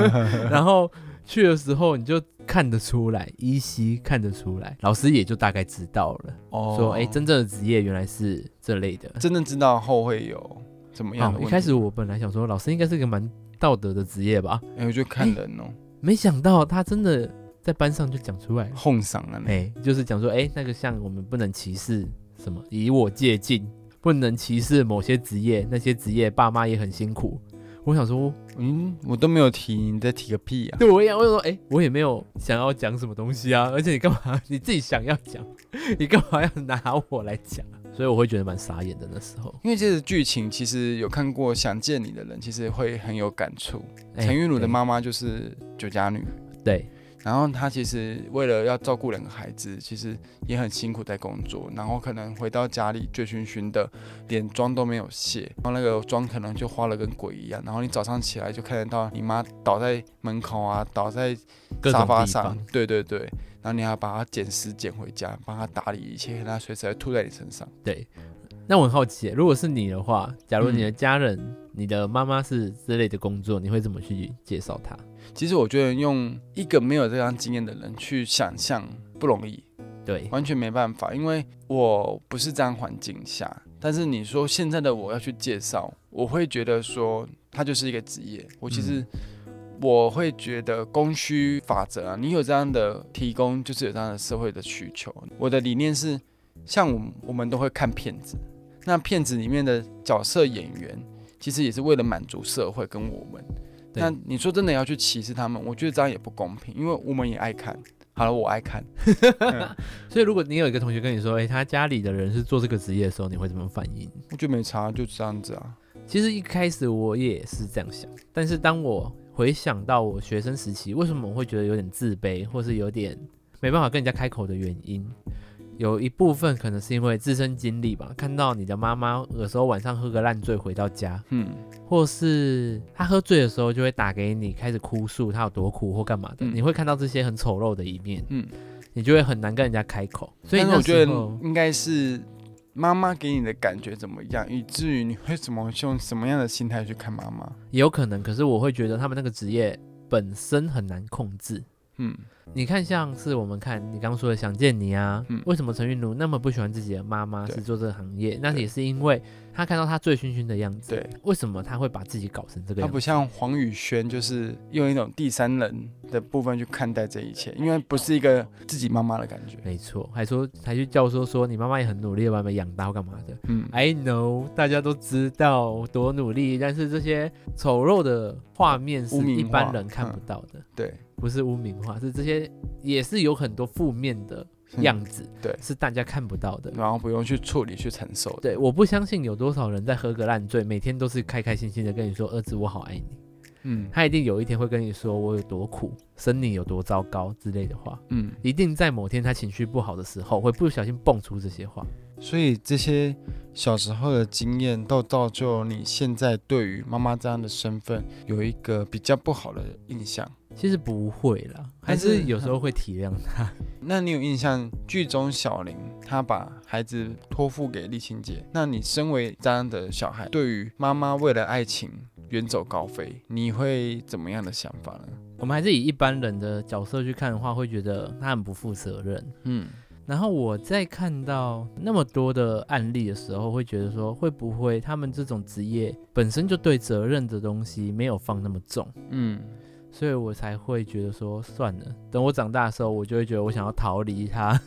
S2: 然后去的时候你就看得出来，依稀看得出来，老师也就大概知道了，
S3: 哦
S2: 说哎、真正的职业原来是这类的。
S3: 真的知道后会有怎么样
S2: 哦
S3: 的、，
S2: 一开始，我本来想说，老师应该是个蛮道德的职业吧，
S3: 哎、我就看人哦、
S2: 没想到他真的在班上就讲出来了，
S3: 哄嗓啊，那
S2: 哎、就是讲说，哎、那个像我们不能歧视什么，以我借镜，不能歧视某些职业，那些职业爸妈也很辛苦。我想说，
S3: 嗯，我都没有提，你在提个屁啊！
S2: 对我也我想说，哎、我也没有想要讲什么东西啊，而 且你干嘛？你自己想要讲， 你干嘛要拿我来讲？啊所以我会觉得蛮傻眼的那时候。
S3: 因为这个剧情其实有看过《想见你》的人，其实会很有感触。
S2: 哎
S3: 陈韵如的妈妈就是酒家女，
S2: 对，
S3: 然后她其实为了要照顾两个孩子，其实也很辛苦在工作，然后可能回到家里醉醺醺的，连妆都没有卸，然后那个妆可能就花了跟鬼一样，然后你早上起来就看得到你妈倒在门口啊，倒在
S2: 各种
S3: 沙
S2: 地
S3: 发
S2: 方
S3: 上，对对对，然后你还要把它捡拾捡回家，帮她打理一切，让她随时还吐在你身上。
S2: 对，那我很好奇，如果是你的话，假如你的家人、你的妈妈是之类的工作，你会怎么去介绍她？
S3: 其实我觉得用一个没有这样经验的人去想象不容易，
S2: 对，
S3: 完全没办法，因为我不是这样环境下。但是你说现在的我要去介绍，我会觉得说它就是一个职业。我其实、
S2: 嗯
S3: 我会觉得供需法则啊，你有这样的提供，就是有这样的社会的需求。我的理念是，像我们我们都会看片子，那片子里面的角色演员，其实也是为了满足社会跟我们。
S2: 对
S3: 那你说真的要去歧视他们，我觉得这样也不公平，因为我们也爱看。好了，我爱看。
S2: 所以如果你有一个同学跟你说，哎、他家里的人是做这个职业的时候，你会怎么反应？
S3: 我觉得没差，就这样子啊。
S2: 其实一开始我也是这样想，但是当我回想到我学生时期，为什么我会觉得有点自卑，或是有点没办法跟人家开口的原因，有一部分可能是因为自身经历吧。看到你的妈妈有时候晚上喝个烂醉回到家，
S3: 嗯，
S2: 或是她喝醉的时候就会打给你，开始哭诉她有多苦或干嘛的，
S3: 嗯
S2: 你会看到这些很丑陋的一面，
S3: 嗯，
S2: 你就会很难跟人家开口。所以
S3: 但是
S2: 那
S3: 我觉
S2: 时
S3: 得
S2: 候，
S3: 应该是妈妈给你的感觉怎么样，以至于你会怎么用什么样的心态去看妈妈。
S2: 也有可能，可是我会觉得他们那个职业本身很难控制。
S3: 嗯，
S2: 你看，像是我们看你刚说的《想见你》啊，
S3: 嗯
S2: 为什么陈韵如那么不喜欢自己的妈妈是
S3: 对
S2: 做这个行业？那
S3: 对
S2: 也是因为她看到她醉醺醺的样子。
S3: 对，
S2: 为什么她会把自己搞成这个
S3: 她
S2: 样子？
S3: 不像黄宇轩，就是用一种第三人的部分去看待这一切，因为不是一个自己妈妈的感觉。
S2: 没错，还说还去教唆说你妈妈也很努力地把你们养大或干嘛的。
S3: 嗯，
S2: I know，大家都知道多努力，但是这些丑陋的画面是
S3: 污名化嗯
S2: 一般人看不到的，
S3: 对，
S2: 不是污名化，是这些也是有很多负面的样子，
S3: 对
S2: 是大家看不到的。
S3: 然后不用去处理去承受的。
S2: 对，我不相信有多少人在喝个烂醉，每天都是开开心心的跟你说“儿子，我好爱你”，
S3: 嗯
S2: 他一定有一天会跟你说我有多苦，生你有多糟糕之类的话，
S3: 嗯，
S2: 一定在某天他情绪不好的时候，会不小心蹦出这些话。
S3: 所以这些小时候的经验，都造就你现在对于妈妈这样的身份有一个比较不好的印象。
S2: 其实不会啦，还
S3: 但是
S2: 是有时候会体谅他。
S3: 那你有印象剧中小林他把孩子托付给丽青姐？那你身为这样的小孩，对于妈妈为了爱情远走高飞，你会怎么样的想法呢？
S2: 我们还是以一般人的角色去看的话，会觉得他很不负责任。
S3: 嗯
S2: 然后我在看到那么多的案例的时候，会觉得说，会不会他们这种职业本身就对责任的东西没有放那么重，
S3: 嗯，
S2: 所以我才会觉得说，算了，等我长大的时候，我就会觉得我想要逃离 他。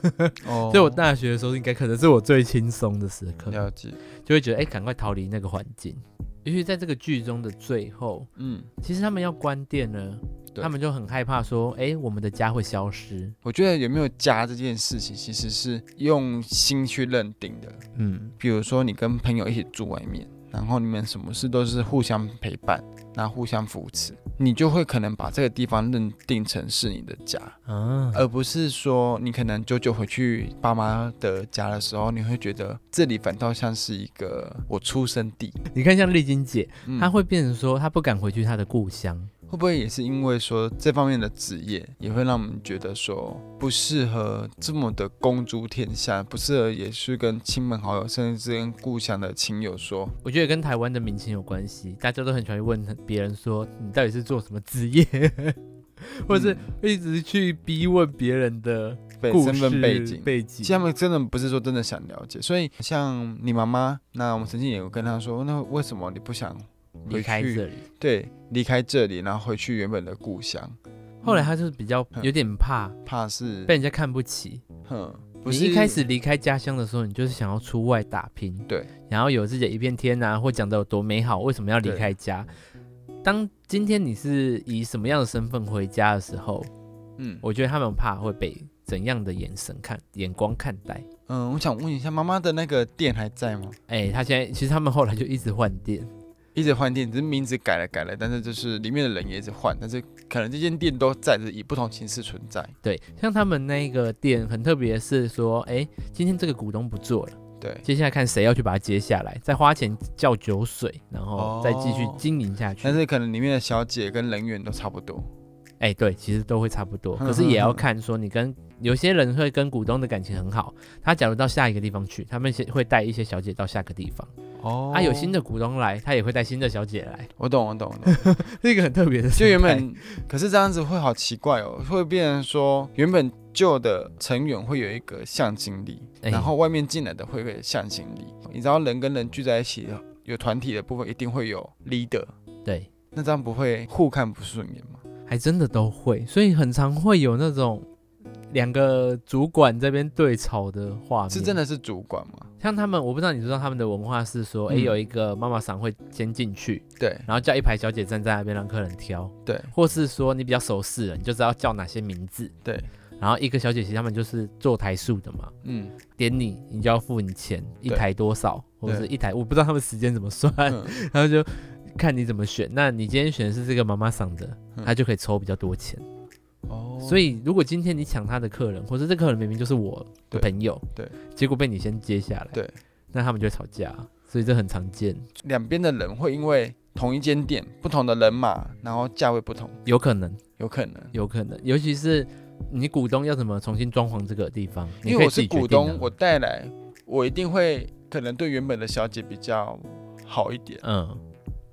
S3: 哦
S2: 所以我大学的时候，应该可能是我最轻松的时刻，
S3: 了解，
S2: 就会觉得哎，赶快逃离那个环境。也许在这个剧中的最后，
S3: 嗯，
S2: 其实他们要关店了，
S3: 对
S2: 他们就很害怕说，哎，我们的家会消失。
S3: 我觉得有没有家这件事情，其实是用心去认定的。
S2: 嗯，
S3: 比如说你跟朋友一起住外面，然后你们什么事都是互相陪伴，那互相扶持，你就会可能把这个地方认定成是你的家，
S2: 啊，
S3: 而不是说你可能久久回去爸妈的家的时候，你会觉得这里反倒像是一个我出生地。
S2: 你看像丽晶姐，
S3: 嗯
S2: 她会变成说，她不敢回去她的故乡。
S3: 会不会也是因为说这方面的职业，也会让我们觉得说不适合这么的公诸天下，不适合也是跟亲朋好友，甚至是跟故乡的亲友说，
S2: 我觉得跟台湾的民情有关系，大家都很喜欢问别人说你到底是做什么职业， 或者是
S3: 嗯
S2: 一直去逼问别人的
S3: 被
S2: 故
S3: 身
S2: 事
S3: 份背景。
S2: 背
S3: 其实他
S2: 景。
S3: 们真的不是说真的想了解，所以像你妈妈，那我们曾经也有跟她说，那为什么你不想
S2: 离开
S3: 回去
S2: 这里，
S3: 对，离开这里，然后回去原本的故乡。
S2: 后来他就是比较
S3: 嗯
S2: 有点怕
S3: 怕是
S2: 被人家看不起。
S3: 哼，不
S2: 你
S3: 是
S2: 一开始离开家乡的时候，你就是想要出外打拼，
S3: 对，
S2: 然后有自己的一片天呐、或讲的有多美好，为什么要离
S3: 对
S2: 开家？当今天你是以什么样的身份回家的时候，
S3: 嗯
S2: 我觉得他们怕会被怎样的眼神看、眼光看待。
S3: 嗯，我想问一下，妈妈的那个店还在吗？
S2: 哎、他现在其实他们后来就一直换店，
S3: 一直换店，只是名字改了改了，但是就是里面的人也一直换，但是可能这间店都在，只是以不同形式存在。
S2: 对，像他们那个店很特别，是说，哎、今天这个股东不做了，
S3: 对，
S2: 接下来看谁要去把它接下来，再花钱叫酒水，然后再继续
S3: 哦
S2: 经营下去。
S3: 但是可能里面的小姐跟人员都差不多。
S2: 哎、对，其实都会差不多，
S3: 哼
S2: 可是也要
S3: 哼哼
S2: 看说你跟有些人会跟股东的感情很好，他假如到下一个地方去，他们先会带一些小姐到下个地方，
S3: 哦
S2: 啊，有新，的股东来，他也会带新的小姐来，
S3: 我懂，我懂，我 懂。
S2: 这个很特 别的生态，
S3: 就原本，可是这样子会好奇怪哦，会变成说原本旧的成员会有一个向心力，
S2: 哎
S3: 然后外面进来的会有一个向心力。你知道人跟人聚在一起，有团体的部分一定会有 leader，
S2: 哎对，
S3: 那这样不会互看不顺眼吗？
S2: 还真的都会，所以很常会有那种两个主管这边对吵的画面，
S3: 是真的是主管吗？
S2: 像他们，我不知道你知道他们的文化是说，哎、
S3: 嗯
S2: 有一个妈妈桑会先进去，
S3: 对
S2: 然后叫一排小姐站在那边让客人挑，
S3: 对
S2: 或是说你比较熟识了，你就知道叫哪些名字，
S3: 对，
S2: 然后一个小姐其实他们就是做台数的嘛，
S3: 嗯，
S2: 点你你就要付你钱，一
S3: 对
S2: 台多少，或者
S3: 对
S2: 是一台，我不知道他们时间怎么算，
S3: 嗯
S2: 然后就看你怎么选。那你今天选的是这个妈妈桑的，
S3: 嗯
S2: 她就可以抽比较多钱。
S3: 哦
S2: 所以如果今天你抢她的客人，或者这客人明明就是我的
S3: 对
S2: 朋友，
S3: 对
S2: 结果被你先接下来，
S3: 对，
S2: 那他们就会吵架，所以这很常见，
S3: 两边的人会因为同一间店不同的人马，然后价位不同，
S2: 有可能，
S3: 有可能。
S2: 有可能，尤其是你股东要怎么重新装潢这个地方，你
S3: 因
S2: 可
S3: 为
S2: 以
S3: 我是
S2: 自己
S3: 股
S2: 决定啊
S3: 东，我带来，我一定会可能对原本的小姐比较好一点，
S2: 嗯，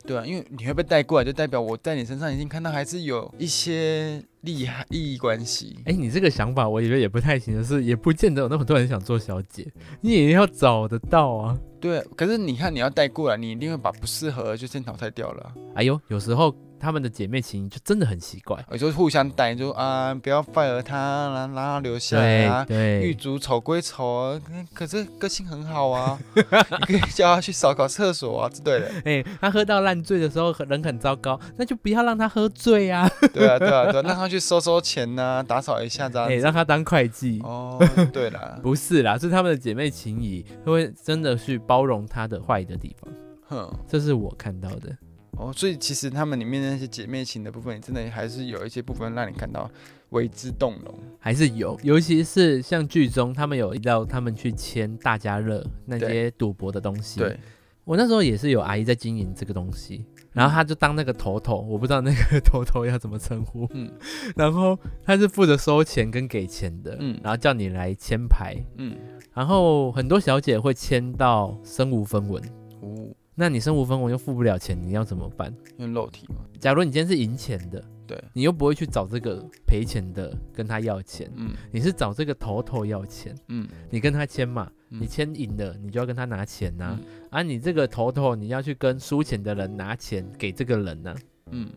S3: 对啊，因为你会被带过来，就代表我在你身上已经看到还是有一些利害利益关系。
S2: 哎、你这个想法我觉得也不太行的是，也不见得有那么多人想做小姐，你也要找得到啊。
S3: 对啊，可是你看你要带过来，你一定会把不适合的就先淘汰掉了啊。
S2: 哎呦，有时候她们的姐妹情就真的很奇怪，
S3: 也就是互相带，就啊不要 fire 他，然后让他留下来啊
S2: 对。对
S3: 狱，卒丑归丑啊，可是个性很好啊， 你可以叫他去扫搞厕所啊之类的。
S2: 哎、她喝到烂醉的时候很人很糟糕，那就不要让她喝醉啊，
S3: 对啊，对啊，对啊，让他去收收钱呐、打扫一下子、啊
S2: 哎、。让她当会计。
S3: 哦，对 啦，
S2: 不是啦，是她们的姐妹情谊会真的去包容她的坏的地方，
S3: 哼，
S2: 这是我看到的。
S3: 哦，所以其实他们里面那些姐妹情的部分，你真的还是有一些部分让你看到为之动容。
S2: 还是
S3: 嗯
S2: 有，尤其是像剧中他们有一道他们去签大家乐那些赌博的东西。
S3: 对，嗯
S2: 我那时候也是有阿姨在经营这个东西，然后她就当那个头头，我不知道那个头头要怎么称呼，
S3: 嗯
S2: 然后她是负责收钱跟给钱的，
S3: 嗯
S2: 然后叫你来签牌，
S3: 嗯，
S2: 然后很多小姐会签到身无分文，
S3: 哦，
S2: 那你身无分文又付不了钱，你要怎么办？
S3: 用肉体嘛，
S2: 假如你今天是赢钱的，
S3: 对，
S2: 你又不会去找这个赔钱的跟他要钱，
S3: 嗯
S2: 你是找这个头头要钱。
S3: 嗯，
S2: 你跟他签嘛，
S3: 嗯
S2: 你签赢了，你就要跟他拿钱呐、啊
S3: 嗯。
S2: 你这个头头，你要去跟输钱的人拿钱给这个人呐、
S3: 嗯，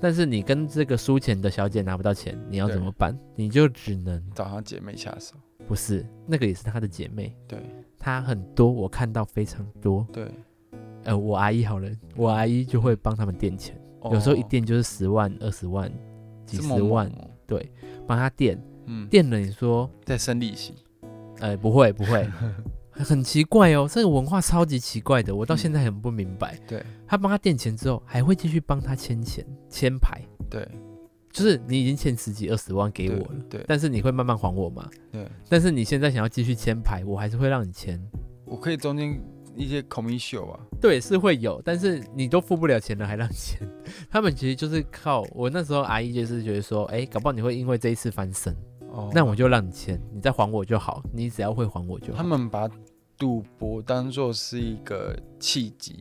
S2: 但是你跟这个输钱的小姐拿不到钱，你要
S3: 对
S2: 怎么办？你就只能
S3: 找她姐妹下手。
S2: 不是那个也是她的姐妹，
S3: 对
S2: 她很多，我看到非常多。
S3: 对，
S2: 呃，我阿姨好了，我阿姨就会帮他们垫钱，有时候一垫就是十万、二十万、几
S3: 哦这
S2: 十
S3: 么猛
S2: 万，
S3: 哦
S2: 对，帮他垫
S3: 嗯，
S2: 垫了。你说
S3: 再生利息，
S2: 呃，不会 不会，很奇怪哦，这个文化超级奇怪的，
S3: 嗯
S2: 我到现在很不明白。
S3: 对
S2: 他帮他垫钱之后，还会继续帮他签钱签牌，
S3: 对
S2: 就是你已经欠十几二十万给
S3: 对
S2: 我了，
S3: 对
S2: 但是你会慢慢还我吗？
S3: 对，
S2: 但是你现在想要继续签牌，我还是会让你签。
S3: 我可以中间一些 commission 啊吧。
S2: 对，是会有，但是你都付不了钱了，还让钱？ 他们其实就是靠我那时候阿姨就是觉得说，哎，搞不好你会因为这一次翻身，
S3: 哦
S2: 那我就让你签，你再还我就好，你只要会还我就好。
S3: 他们把赌博当做是一个契机。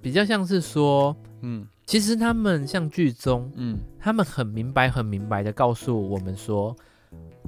S2: 比较像是说，
S3: 嗯
S2: 其实他们像剧中
S3: 嗯，
S2: 他们很明白、很明白的告诉我们说，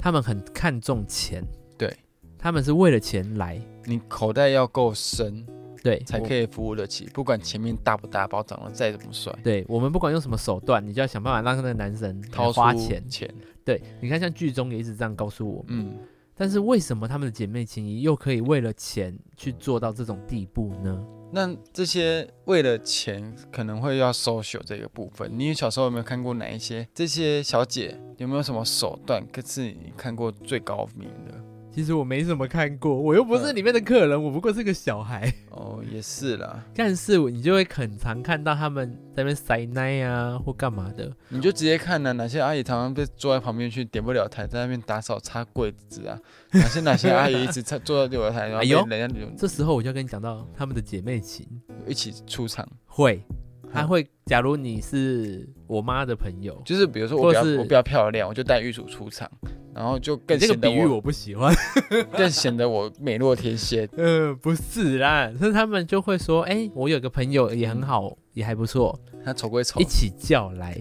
S2: 他们很看重钱，
S3: 对，
S2: 他们是为了钱来，
S3: 你口袋要够深，
S2: 对
S3: 才可以服务得起，不管前面大不大包，长得再怎么帅，
S2: 对我们不管用什么手段，你就要想办法让那个男神
S3: 掏出
S2: 花钱。
S3: 钱，
S2: 对，你看像剧中也一直这样告诉我们。
S3: 嗯，
S2: 但是为什么她们的姐妹情谊又可以为了钱去做到这种地步呢？
S3: 那这些为了钱可能会要 social 这个部分，你小时候有没有看过哪一些这些小姐有没有什么手段，可是你看过最高明的？
S2: 其实我没怎么看过，我又不是里面的客人，我不过是个小孩。
S3: 哦，也是啦，
S2: 但是你就会很常看到他们在那边塞奶啊，或干嘛的。
S3: 你就直接看呢、哪些阿姨常常被坐在旁边去点不了台，在那边打扫擦柜子啊，哪些哪些阿姨一直在坐在六楼台，然
S2: 哎呦
S3: 后被人家就
S2: 这时候我就要跟你讲到他们的姐妹情
S3: 一起出场。
S2: 会，
S3: 嗯
S2: 她会。假如你是我妈的朋友，
S3: 就是比如说我比较
S2: 或是
S3: 我比较漂亮，我就带玉鼠出场，然后就更
S2: 你这个
S3: 显得
S2: 比喻
S3: 我
S2: 我不喜欢。
S3: 更显得我美若天仙。
S2: 呃，不是啦，是他们就会说，哎、我有个朋友也很好，也还不错，
S3: 他丑归丑
S2: 一，起叫来。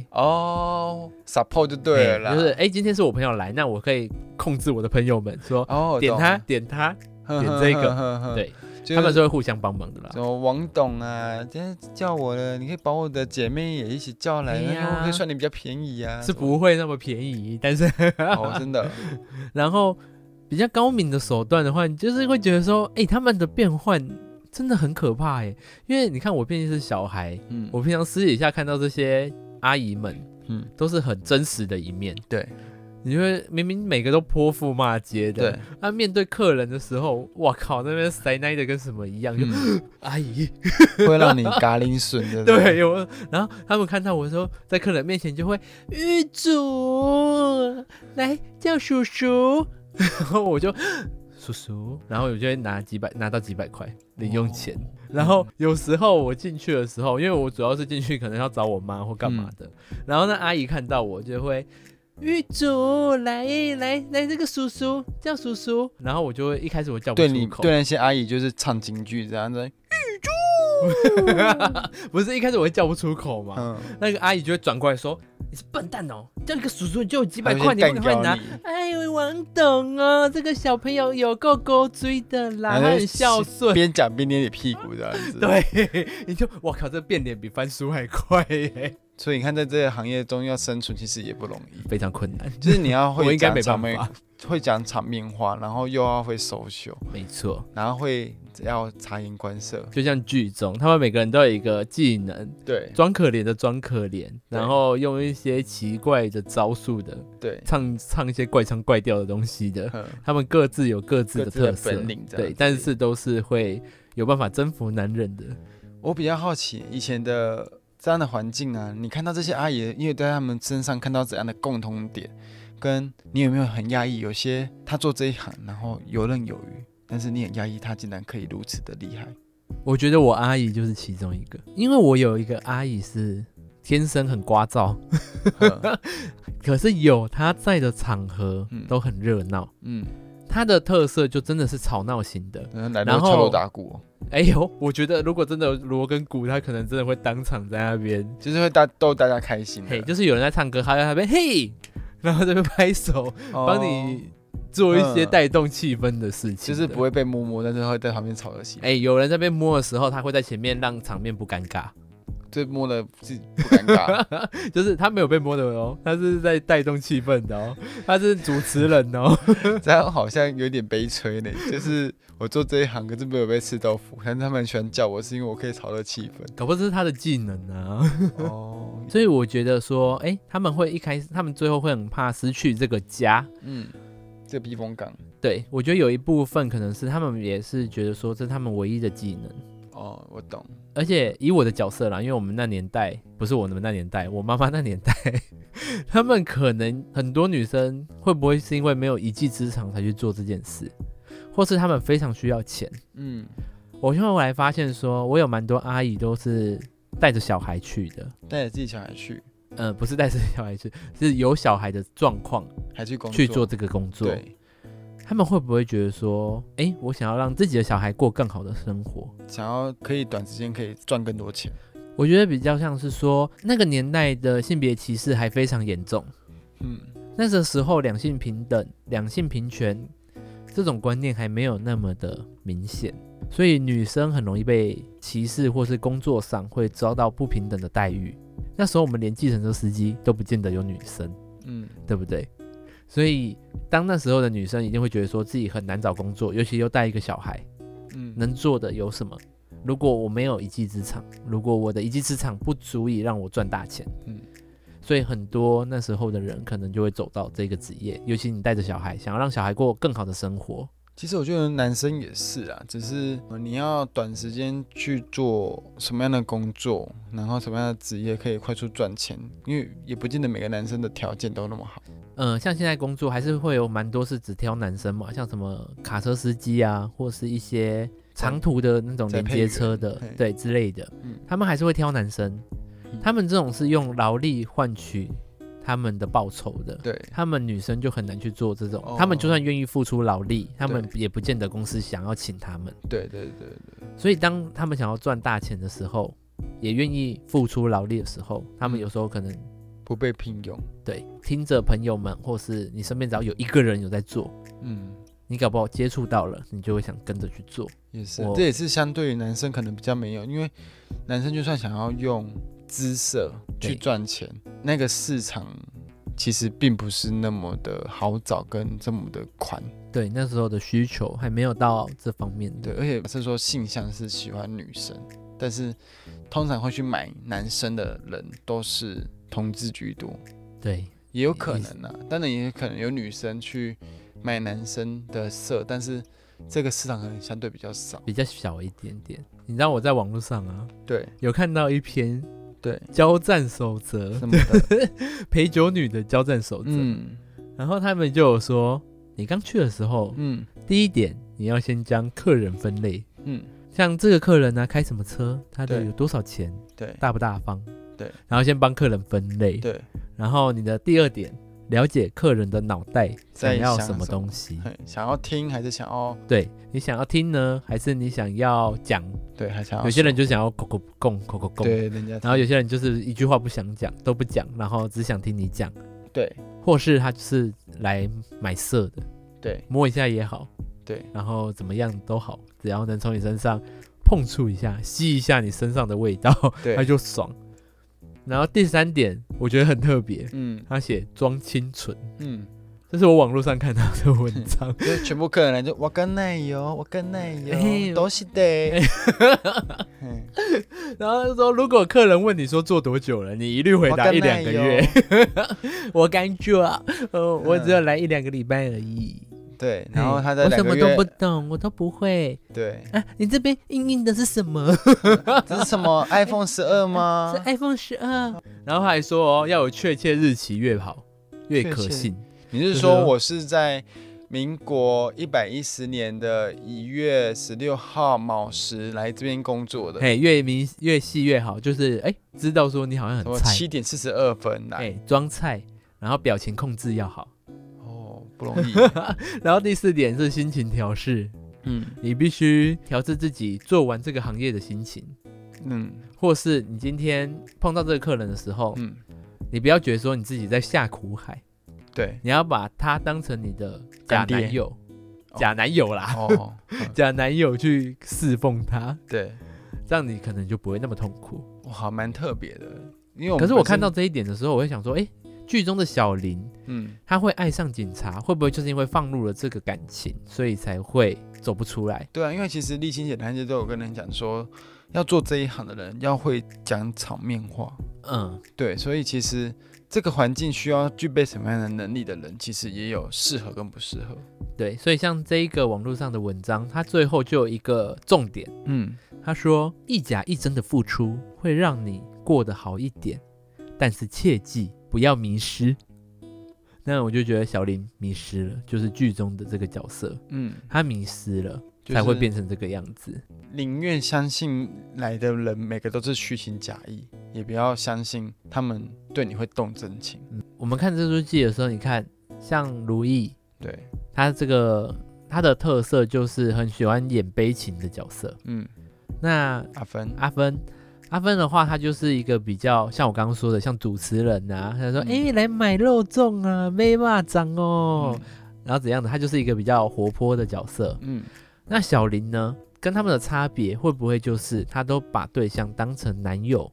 S3: 哦，support 就对了啦，
S2: 嘿就是哎、今天是我朋友来，那我可以控制我的朋友们说。
S3: 哦，
S2: 点他，
S3: 懂
S2: 点他，
S3: 哼哼
S2: 点这个
S3: 哼哼
S2: 对
S3: 就是
S2: 他们是会互相帮忙的啦
S3: 什。么王董啊，今天叫我了，你可以把我的姐妹也一起叫来，
S2: 哎呀
S3: 然后我可以算你比较便宜啊，
S2: 是不会那么便宜，但是
S3: 哦，真 的，
S2: 然后比较高明的手段的话，你就是会觉得说，哎、他们的变换真的很可怕哎，因为你看我毕竟是小孩，
S3: 嗯，
S2: 我平常私底下看到这些阿姨们，
S3: 嗯
S2: 嗯，都是很真实的一面。
S3: 对
S2: 你会明明每个都泼妇骂街的，
S3: 对，
S2: 那、面对客人的时候，哇靠，那边塞奶的跟什么一样，就、
S3: 嗯
S2: 阿姨，
S3: 会让你嘎铃损的，不
S2: 对我，然后他们看到我的时候，在客人面前就会玉主来叫叔叔， 然后我就叔叔，然后我就会拿几百拿到几百块零用钱。
S3: 哦
S2: 然
S3: 嗯
S2: 后有时候我进去的时候，因为我主要是进去可能要找我妈或干嘛的，
S3: 嗯
S2: 然后那阿姨看到我就会。玉主来来来，这个叔叔叫叔叔，然后我就会一开始我叫不
S3: 对
S2: 出
S3: 你
S2: 口，
S3: 对 那些阿姨就是唱京剧这样子，
S2: 不是一开始我会叫不出口嘛，
S3: 嗯，
S2: 那个阿姨就会转过来说：“你是笨蛋哦，叫一个叔叔就有几
S3: 一
S2: 百块，你不赶快拿
S3: 你。？”
S2: 哎呦，王董哦，这个小朋友有够勾追的啦，
S3: 然后
S2: 他很孝顺。
S3: 边讲边捏你屁股这样子。，
S2: 对，你就我靠，这变脸比翻书还快耶，
S3: 所以你看，在这个行业中要生存，其实也不容易。
S2: 非常困难。
S3: 就是你要
S2: 我
S3: 会
S2: 应该
S3: 讲
S2: 没
S3: 场
S2: 办
S3: 面，
S2: 法。
S3: 会讲场面话，然后又要会收袖，
S2: 没错，
S3: 然后会要察言观色。
S2: 就像剧中，他们每个人都有一个技能，
S3: 对
S2: 装可怜的装可怜，然后用一些奇怪的招数的，
S3: 对，
S2: 唱唱一些怪腔怪调的东西的。
S3: 嗯，
S2: 他们各自有各自
S3: 各
S2: 的
S3: 自的
S2: 特色，
S3: 本领这样
S2: 对，
S3: 子
S2: 但是都是会有办法征服男人的。
S3: 我比较好奇以前的这样的环境啊，你看到这些阿姨，你有在她们身上看到怎样的共同点？跟你有没有很压抑？有些她做这一行，然后游刃有余，但是你很压抑，她竟然可以如此的厉 害。
S2: 我觉得我阿姨就是其中一个，因为我有一个阿姨是天生很聒噪，
S3: 嗯
S2: 可是有她在的场合
S3: 嗯
S2: 都很热闹。
S3: 嗯，
S2: 她的特色就真的是吵闹型的。
S3: 然后来到
S2: 然后
S3: 敲锣打鼓哦、
S2: 哎呦，我觉得如果真的有锣跟鼓，她可能真的会当场在那边，
S3: 就是会大逗大家开心的，啊
S2: 嘿，就是有人在唱歌，她在那边嘿，然后在那边拍手，
S3: 哦
S2: 帮你做一些
S3: 嗯
S2: 带动气氛的事情
S3: 就
S2: 的。
S3: 是不会被摸摸，但是会在旁边吵得起。
S2: 哎、有人在被摸的时候，他会在前面让场面不尴尬，
S3: 这摸的是不尴 尬，
S2: 就是他没有被摸的哦，他是在带动气氛的哦，他是主持人哦。
S3: 这样好像有点悲催呢。就是我做这一行，可是没有被吃豆腐，但是他们很喜欢叫我，是因为我可以炒热气氛。
S2: 搞不好这是他的技能啊。
S3: 哦，
S2: 所以我觉得说，哎、他们会一开始，他们最后会很怕失去这个家。
S3: 嗯，这避风港。
S2: 对我觉得有一部分可能是他们也是觉得说，这是他们唯一的技能。
S3: 哦，我懂。
S2: 而且以我的角色啦，因为我们那年代不是我们那年代，我妈妈那年代， 他们可能很多女生会不会是因为没有一技之长才去做这件事，或是他们非常需要钱？
S3: 嗯，
S2: 我后来发现说，我有蛮多阿姨都是带着小孩去的，
S3: 带着自己小孩去，
S2: 呃，不是带着小孩去，是有小孩的状况
S3: 还去工作
S2: 去做这个工作。
S3: 对，
S2: 他们会不会觉得说，诶，我想要让自己的小孩过更好的生活？
S3: 想要可以短时间可以赚更多钱。
S2: 我觉得比较像是说，那个年代的性别歧视还非常严重。
S3: 嗯，
S2: 那个时候两性平等、两性平权这种观念还没有那么的明显，所以女生很容易被歧视，或是工作上会遭到不平等的待遇。那时候我们连计程车司机都不见得有女生，
S3: 嗯，
S2: 对不对？所以当那时候的女生一定会觉得说自己很难找工作，尤其又带一个小孩，
S3: 嗯
S2: 能做的有什么？如果我没有一技之长，如果我的一技之长不足以让我赚大钱，
S3: 嗯
S2: 嗯，所以很多那时候的人可能就会走到这个职业，尤其你带着小孩，想要让小孩过更好的生活，
S3: 其实我觉得男生也是啊，只是呃你要短时间去做什么样的工作，然后什么样的职业可以快速赚钱，因为也不见得每个男生的条件都那么好。
S2: 嗯，像现在工作还是会有蛮多是只挑男生嘛，像什么卡车司机啊，或是一些长途的那种
S3: 载
S2: 连
S3: 载配
S2: 接车的
S3: 员嘿，
S2: 对之类的
S3: 嗯，
S2: 他们还是会挑男生
S3: 嗯。
S2: 他们这种是用劳力换取他们的报酬的，
S3: 对，
S2: 他们女生就很难去做这种。
S3: 哦
S2: 他们就算愿意付出劳力，他们也不见得公司想要请他们。
S3: 对对对对，
S2: 所以当他们想要赚大钱的时候，也愿意付出劳力的时候，他们
S3: 嗯
S2: 有时候可能
S3: 不被聘用，
S2: 对，听着朋友们或是你身边只要有一个人有在做，
S3: 嗯，
S2: 你搞不好接触到了，你就会想跟着去做。
S3: 也是，
S2: 我
S3: 这也是相对于男生可能比较没有，因为男生就算想要用姿色去
S2: 对
S3: 赚钱，那个市场其实并不是那么的好找跟这么的宽。
S2: 对，那时候的需求还没有到这方面
S3: 对，
S2: 的。
S3: 而且是说性向是喜欢女生，但是通常会去买男生的人都是同志居多，
S2: 对，
S3: 也有可能啊，当然也有可能有女生去买男生的色，但是这个市场可能相对比较少。
S2: 比较小一点点。你知道我在网络上啊，
S3: 对
S2: 有看到一篇
S3: 对，
S2: 交战守则，
S3: 什么的，
S2: 陪酒女的交战守则。
S3: 嗯
S2: 然后他们就有说，你刚去的时候，
S3: 嗯
S2: 第一点你要先将客人分类，
S3: 嗯，
S2: 像这个客人呢、啊开什么车，他的
S3: 对
S2: 有多少钱，
S3: 对
S2: 大不大方，
S3: 对，
S2: 然后先帮客人分类，
S3: 对，
S2: 然后你的第二点，了解客人的脑袋
S3: 在
S2: 想要
S3: 想
S2: 什么
S3: 什么
S2: 东西，
S3: 嘿想要听还是想要
S2: 对你想要听呢，还是你想要讲？
S3: 对，还想要
S2: 有些人
S3: 说
S2: 就想要口口供口口供，
S3: 对人家
S2: 然后有些人就是一句话不想讲，都不讲，然后只想听你讲，
S3: 对
S2: 或是他就是来买色的，
S3: 对
S2: 摸一下也好，
S3: 对，
S2: 然后怎么样都好，只要能从你身上碰触一下，吸一下你身上的味道，
S3: 对
S2: 他就爽。然后第三点，我觉得很特别，
S3: 嗯
S2: 他写装清纯，
S3: 嗯，，
S2: 这是我网络上看到的文章
S3: 就全部客人来就我跟奶油，我跟奶油
S2: 嘿
S3: 都是的，嘿
S2: 然后他说如果客人问你说做多久了，你一律回答一两个月。
S3: 我
S2: 我刚做，呃，我只有来一两个礼拜而已。
S3: 对，嗯然后他在
S2: 我
S3: 两
S2: 什么
S3: 个
S2: 都
S3: 月
S2: 不，懂，我都不会
S3: 对，
S2: 啊。你这边硬硬的是什么？
S3: 这是什 么 iPhone 十二吗
S2: 是？iPhone 十二。嗯然后他还说哦，要有确切日期越好，越
S3: 确
S2: 可
S3: 切
S2: 信。
S3: 你是说我是在民国一百一十年的一月十六号卯时来这边工作的？
S2: 嘿，越明越细越好，就是哎，知道说你好像
S3: 什
S2: 很
S3: 么
S2: 菜，
S3: 七点四十二分来？
S2: 哎，装菜，然后表情控制要好。
S3: 哦，不 容易。
S2: 然后第四点是心情调试，
S3: 嗯
S2: 你必须调制自己做完这个行业的心情，
S3: 嗯
S2: 或是你今天碰到这个客人的时候，
S3: 嗯，
S2: 你不要觉得说你自己在下苦海，
S3: 对。
S2: 你要把他当成你的假
S3: 干爹
S2: 男友，
S3: 哦
S2: 假男友啦，
S3: 哦，嗯
S2: 假男友去侍奉他，
S3: 对，
S2: 这样你可能就不会那么痛苦。
S3: 哇，蛮特别的。因为们
S2: 可是我
S3: 本身
S2: 看到，这一点的时候，我会想说，诶，剧中的小林
S3: 嗯，
S2: 他会爱上警察，会不会就是因为放入了这个感情，所以才会走不出来？
S3: 对啊，因为其实沥青姐、谭姐都有跟人讲说，要做这一行的人要会讲场面话。
S2: 嗯，
S3: 对，所以其实这个环境需要具备什么样的能力的人，其实也有适合跟不适合。
S2: 对，所以像这一个网络上的文章，它最后就有一个重点，
S3: 嗯，
S2: 他说一假一真的付出会让你过得好一点，但是切记不要迷 失。那我就觉得小林迷失了，就是剧中的这个角色，
S3: 嗯，
S2: 他迷失了，
S3: 就是
S2: 才会变成这个样子。
S3: 宁愿相信来的人每个都是虚情假意，也不要相信他们对你会动真情。
S2: 我们看这出剧的时候，你看像如意，
S3: 对，
S2: 她这个她的特色就是很喜欢演悲情的角色。
S3: 嗯，
S2: 那
S3: 阿芬，
S2: 阿芬，阿芬的话，她就是一个比较像我刚刚说的，像主持人啊，她说：“哎、
S3: 嗯
S2: 来买肉粽啊，没蚂蚱哦。
S3: 嗯
S2: 然后怎样的，他就是一个比较活泼的角色。
S3: 嗯，
S2: 那小林呢，跟他们的差别会不会就是他都把对象当成男友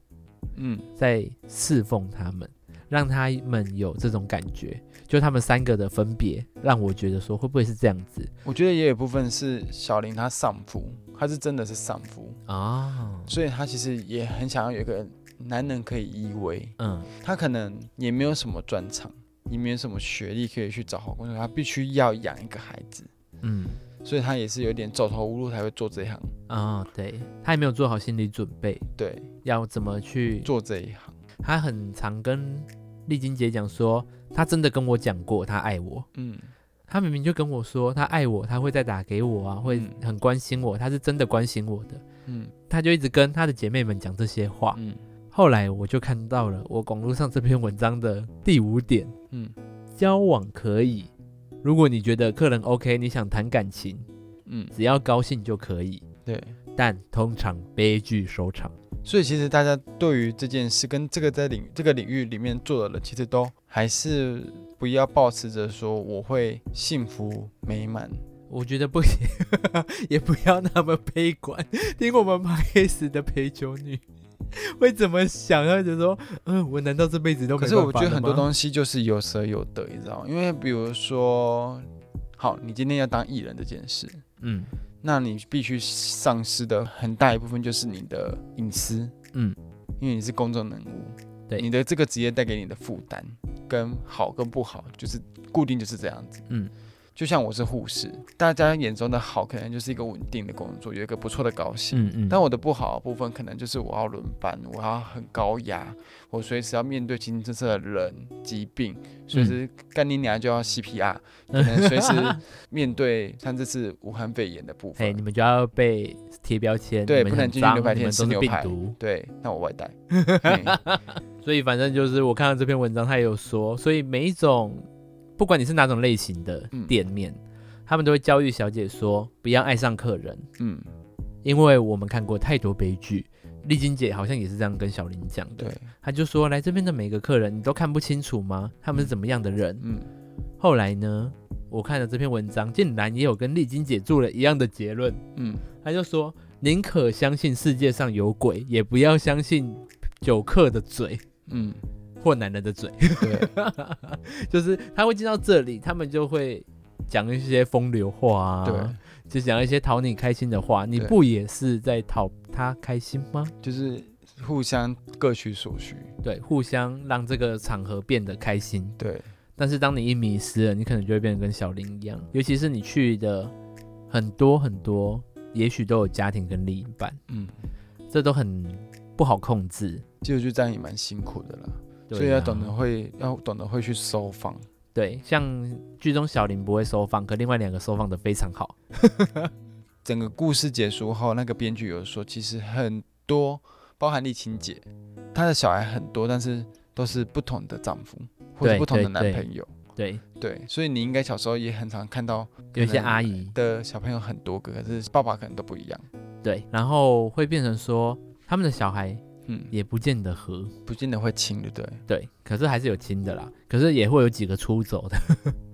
S3: 嗯
S2: 在侍奉他们，让他们有这种感觉？就他们三个的分别，让我觉得说会不会是这样子
S3: 我觉得也有一部分是小林她丧夫，她是真的是丧夫，
S2: 啊？
S3: 所以她其实也很想要有一个男人可以依偎。
S2: 嗯
S3: 她可能也没有什么专长，也没有什么学历可以去找好工作，她必须要养一个孩子，
S2: 嗯
S3: 所以她也是有点走投无路才会做这一行。
S2: 啊、对他也没有做好心理准备，
S3: 对，
S2: 要怎么去
S3: 做这一行，
S2: 他很常跟丽晶姐讲说，他真的跟我讲过，他爱我。
S3: 嗯，
S2: 他明明就跟我说他爱我，他会再打给我啊，会
S3: 嗯
S2: 很关心我，他是真的关心我的。
S3: 嗯
S2: 他就一直跟他的姐妹们讲这些话。
S3: 嗯
S2: 后来我就看到了我网络上这篇文章的第五点：
S3: 嗯
S2: 交往可以，如果你觉得客人 OK，你想谈感情，
S3: 嗯，
S2: 只要高兴就可以，
S3: 对。
S2: 但通常悲剧收场。
S3: 所以其实大家对于这件事跟这个在领这个领域里面做的人，其实都还是不要抱持着说我会幸福美满。
S2: 我觉得不行，也不要那么悲观。 听我们 p a s 的陪酒女会怎么想？她就说：“嗯，我难道这辈子都没
S3: 可
S2: 办
S3: 是
S2: 法
S3: 我觉得很多
S2: 西，
S3: 东西就是有舍有得，你知道吗？因为比如说，好，你今天要当艺人这件事，
S2: 嗯
S3: 那你必须丧失的很大一部分就是你的隐私，
S2: 嗯，
S3: 因为你是公众人物，
S2: 对
S3: 你的这个职业带给你的负担跟好跟不好，就是固定就是这样子，
S2: 嗯。
S3: 就像我是护士，大家眼中的好可能就是一个稳定的工作，有一个不错的高薪。
S2: 嗯嗯，
S3: 但我的不好的部分可能就是我要轮班，我要很高压，我随时要面对形形色色的人、疾病，
S2: 嗯
S3: 随时干你娘就要 CPR，、可 能随时面对像这次武汉肺炎的部
S2: 嘿，
S3: 分
S2: 哎你，们就要被贴标签，
S3: 对
S2: 你们
S3: 不能
S2: 很
S3: 进去
S2: 脏
S3: 牛排
S2: 你
S3: 店
S2: 们
S3: 吃
S2: 都是
S3: 牛
S2: 病
S3: 排
S2: 毒。
S3: 对，那我外 带。嗯
S2: 所以反正就是我看到这篇文章，他也有说，所以每一种不管你是哪种类型的
S3: 嗯
S2: 店面，他们都会教育小姐说，不要爱上客人。
S3: 嗯，
S2: 因为我们看过太多悲剧，丽晶姐好像也是这样跟小林讲的
S3: 对。，
S2: 她就说来这边的每个客人，你都看不清楚吗？他们是怎么样的人？
S3: 嗯，
S2: 后来呢，我看了这篇文章，竟然也有跟丽晶姐做了一样的结论，
S3: 嗯，
S2: 她就说宁可相信世界上有鬼，也不要相信酒客的嘴
S3: 嗯，
S2: 或男人的嘴。
S3: 对，
S2: 就是他会进到这里，他们就会讲一些风流话啊，
S3: 对，
S2: 就讲一些讨你开心的话，你
S3: 对
S2: 不也是在讨他开心吗？
S3: 就是互相各取所需。
S2: 对，互相让这个场合变得开心。
S3: 对，
S2: 但是当你一迷失了，你可能就会变得跟小林一样，尤其是你去的很多很多，也许都有家庭跟另一半，
S3: 嗯，
S2: 这都很不好控制。
S3: 其实就这样也蛮辛苦的啦，
S2: 对
S3: 所以要
S2: 啊
S3: 懂得会，要懂得会去收放。
S2: 对，像剧中小林不会收放，可另外两个收放的非常好。
S3: 整个故事结束后，那个编剧有说，其实很多，包含丽琴姐，她的小孩很多，但是都是不同的丈夫或者
S2: 对
S3: 不同的
S2: 对
S3: 男
S2: 对
S3: 朋友。
S2: 对，
S3: 对，所以你应该小时候也很常看到
S2: 有一些
S3: 可能
S2: 阿姨
S3: 的小朋友很多个，可是爸爸可能都不一样。
S2: 对，然后会变成说他们的小孩
S3: 嗯，也
S2: 也不见得合，
S3: 不见得会亲，对不对？
S2: 对，可是还是有亲的啦，可是也会有几个出走的，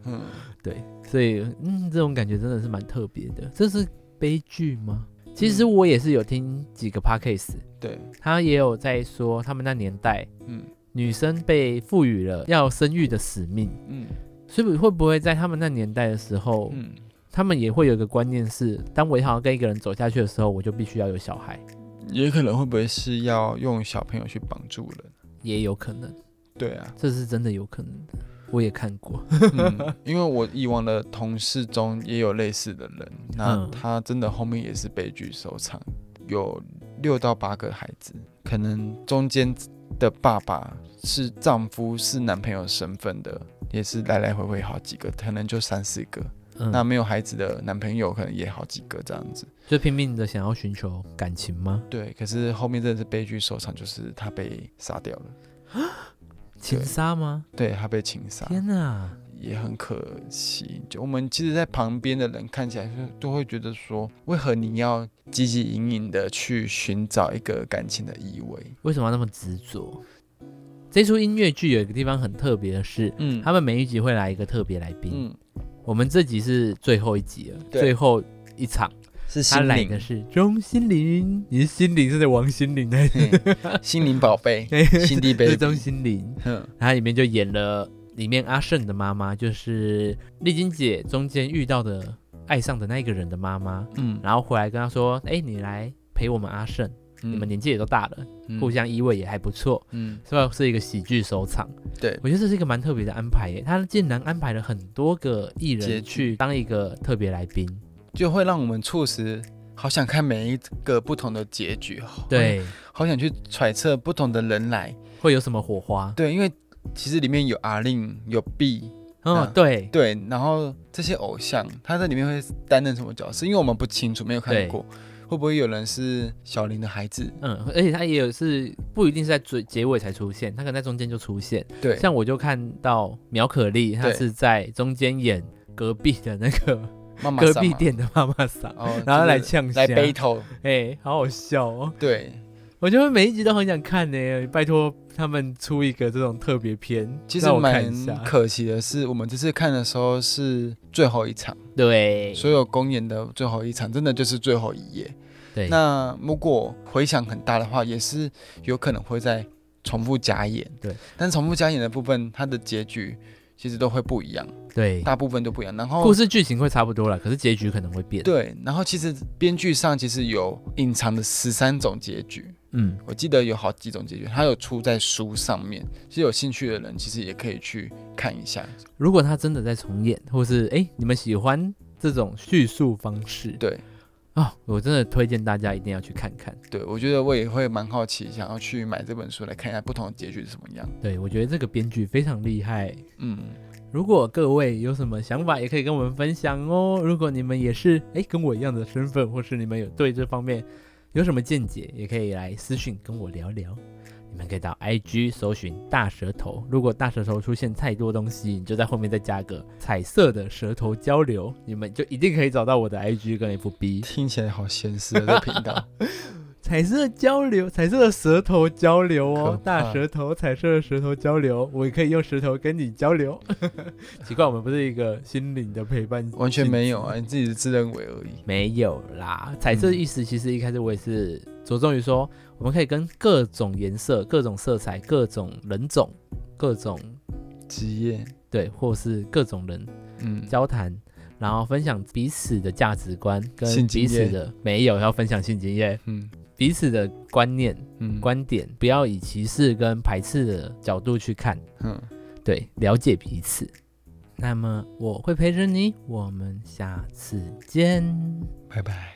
S3: 嗯，
S2: 对，所以嗯，这种感觉真的是蛮特别的，这是悲剧吗？其实我也是有听几个 podcast，
S3: 对，
S2: 他也有在说他们那年代
S3: 嗯
S2: 女生被赋予了要生育的使命，
S3: 嗯
S2: 所以会不会在他们那年代的时候，
S3: 嗯，
S2: 他们也会有一个观念是，当我想要跟一个人走下去的时候，我就必须要有小孩，
S3: 也可能会不会是要用小朋友去帮助人？
S2: 也有可能。，
S3: 对啊
S2: 这是真的有可能的，我也看 过。
S3: 嗯、因为我以往的同事中也有类似的人，那
S2: 嗯
S3: 他真的后面也是悲剧收场，有六到八个孩子，可能中间的爸爸是丈夫是男朋友身份的，也是来来回回好几个，可能就三四个。
S2: 嗯，
S3: 那没有孩子的男朋友可能也好几个这样子。
S2: 就拼命的想要寻求感情吗？
S3: 对，可是后面真的是悲剧收场，就是他被杀掉了，
S2: 情杀吗？
S3: 对他被情杀，
S2: 天哪、
S3: 也很可惜。就我们其实，在旁边的人看起来就都会觉得说，为何你要汲汲营营的去寻找一个感情的依偎？
S2: 为什么要那么执着？这出音乐剧有一个地方很特别的是，
S3: 嗯
S2: 他们每一集会来一个特别来宾，
S3: 嗯
S2: 我们这集是最后一集了，
S5: 对
S2: 最后一场，
S5: 是
S2: 他
S5: 心
S2: 来的
S5: 灵，
S2: 是钟心凌，你是心凌是在王心 凌那
S5: 嗯心灵宝 贝，心地
S2: 是
S5: baby，
S2: 钟心凌，
S3: 嗯
S5: 哼
S2: 然后里面就演了里面阿胜的妈妈，就是丽晶姐中间遇到的爱上的那一个人的妈妈，
S3: 嗯，
S2: 然后回来跟她说：“哎、你来陪我们阿胜，你们年纪也都大了，
S3: 嗯
S2: 互，相依偎也还不错，
S3: 嗯
S2: 是吧？是一个喜剧收场。
S3: 对
S2: 我觉得这是一个蛮特别的安排耶，他竟然安排了很多个艺
S3: 结局
S2: 人去当一个特别来宾，
S3: 就会让我们促使好想看每一个不同的结局，好
S2: 对，
S3: 好想去揣测不同的人来，
S2: 会有什么火花？
S3: 对，因为其实里面有阿令，有 B，
S2: 嗯
S3: 嗯，
S2: 对，
S3: 对，然后这些偶像他在里面会担任什么角色？因为我们不清楚，没有看
S2: 对
S3: 过，会不会有人是小林的孩子？
S2: 嗯，而且他也有是不一定是在最结尾才出现，他可能在中间就出现。
S3: 对，
S2: 像我就看到苗可丽，她
S3: 对
S2: 是在中间演隔壁的那个
S3: 妈妈
S2: 隔
S3: 桑
S2: 壁
S3: 嘛，
S2: 店的妈妈桑，
S3: 哦
S2: 然后
S3: 就是
S2: 来呛虾
S3: 来 battle，
S2: 哎、好好笑哦！
S3: 对，
S2: 我觉得每一集都很想看呢、拜托他们出一个这种特别篇，
S3: 其实
S2: 让我看
S3: 蛮
S2: 一下。
S3: 可惜的是，我们这次看的时候是最后一场，
S2: 对，
S3: 所有公演的最后一场，真的就是最后一夜。
S2: 对，
S3: 那如果回响很大的话，也是有可能会再重复加演。
S2: 对，
S3: 但重复加演的部分，它的结局其实都会不一样，
S2: 对，
S3: 大部分都不一样。然后
S2: 故事剧情会差不多了，可是结局可能会变。，
S3: 对，然后其实编剧上其实有隐藏的十三种结局，
S2: 嗯，
S3: 我记得有好几种结局，它有出在书上面，其实有兴趣的人其实也可以去看一下。
S2: 如果他真的在重演，或是哎、你们喜欢这种叙述方式，
S3: 对
S2: 啊、我真的推荐大家一定要去看看。
S3: 对，我觉得我也会蛮好奇，想要去买这本书来看一下不同的结局是什么样。
S2: 对，我觉得这个编剧非常厉害。
S3: 嗯，
S2: 如果各位有什么想法，也可以跟我们分享哦。如果你们也是哎跟我一样的身份，或是你们有对这方面有什么见解，也可以来私讯跟我聊聊。你们可以到 IG 搜寻大舌头，如果大舌头出现太多东西，你就在后面再加个彩色的舌头交流，你们就一定可以找到我的 IG 跟 FB。
S3: 听起来好闲适啊的这频 道。
S2: 彩色交流，彩色的舌头交流
S3: 可
S2: 哦
S3: 怕，
S2: 大舌头，彩色的舌头交流，我也可以用舌头跟你交流。 奇怪，我们不是一个心灵的陪伴，
S3: 完全没有，啊，你自己自认为而已。
S2: 没有啦。彩色的意思其实一开始我也是着重于说，我们可以跟各种颜色、各种色彩、各种人种、各种
S3: 职业，
S2: 对，或是各种人
S3: 嗯，
S2: 交谈，然后分享彼此的价值观
S3: 性
S2: 跟
S3: 经
S2: 彼此
S3: 验
S2: 的没有要分享性经验，
S3: 嗯
S2: 彼此的观念。
S3: 嗯，
S2: 观点，不要以歧视跟排斥的角度去看，
S3: 嗯，
S2: 对，了解彼此。那么我会陪着你，我们下次见。
S3: 拜拜。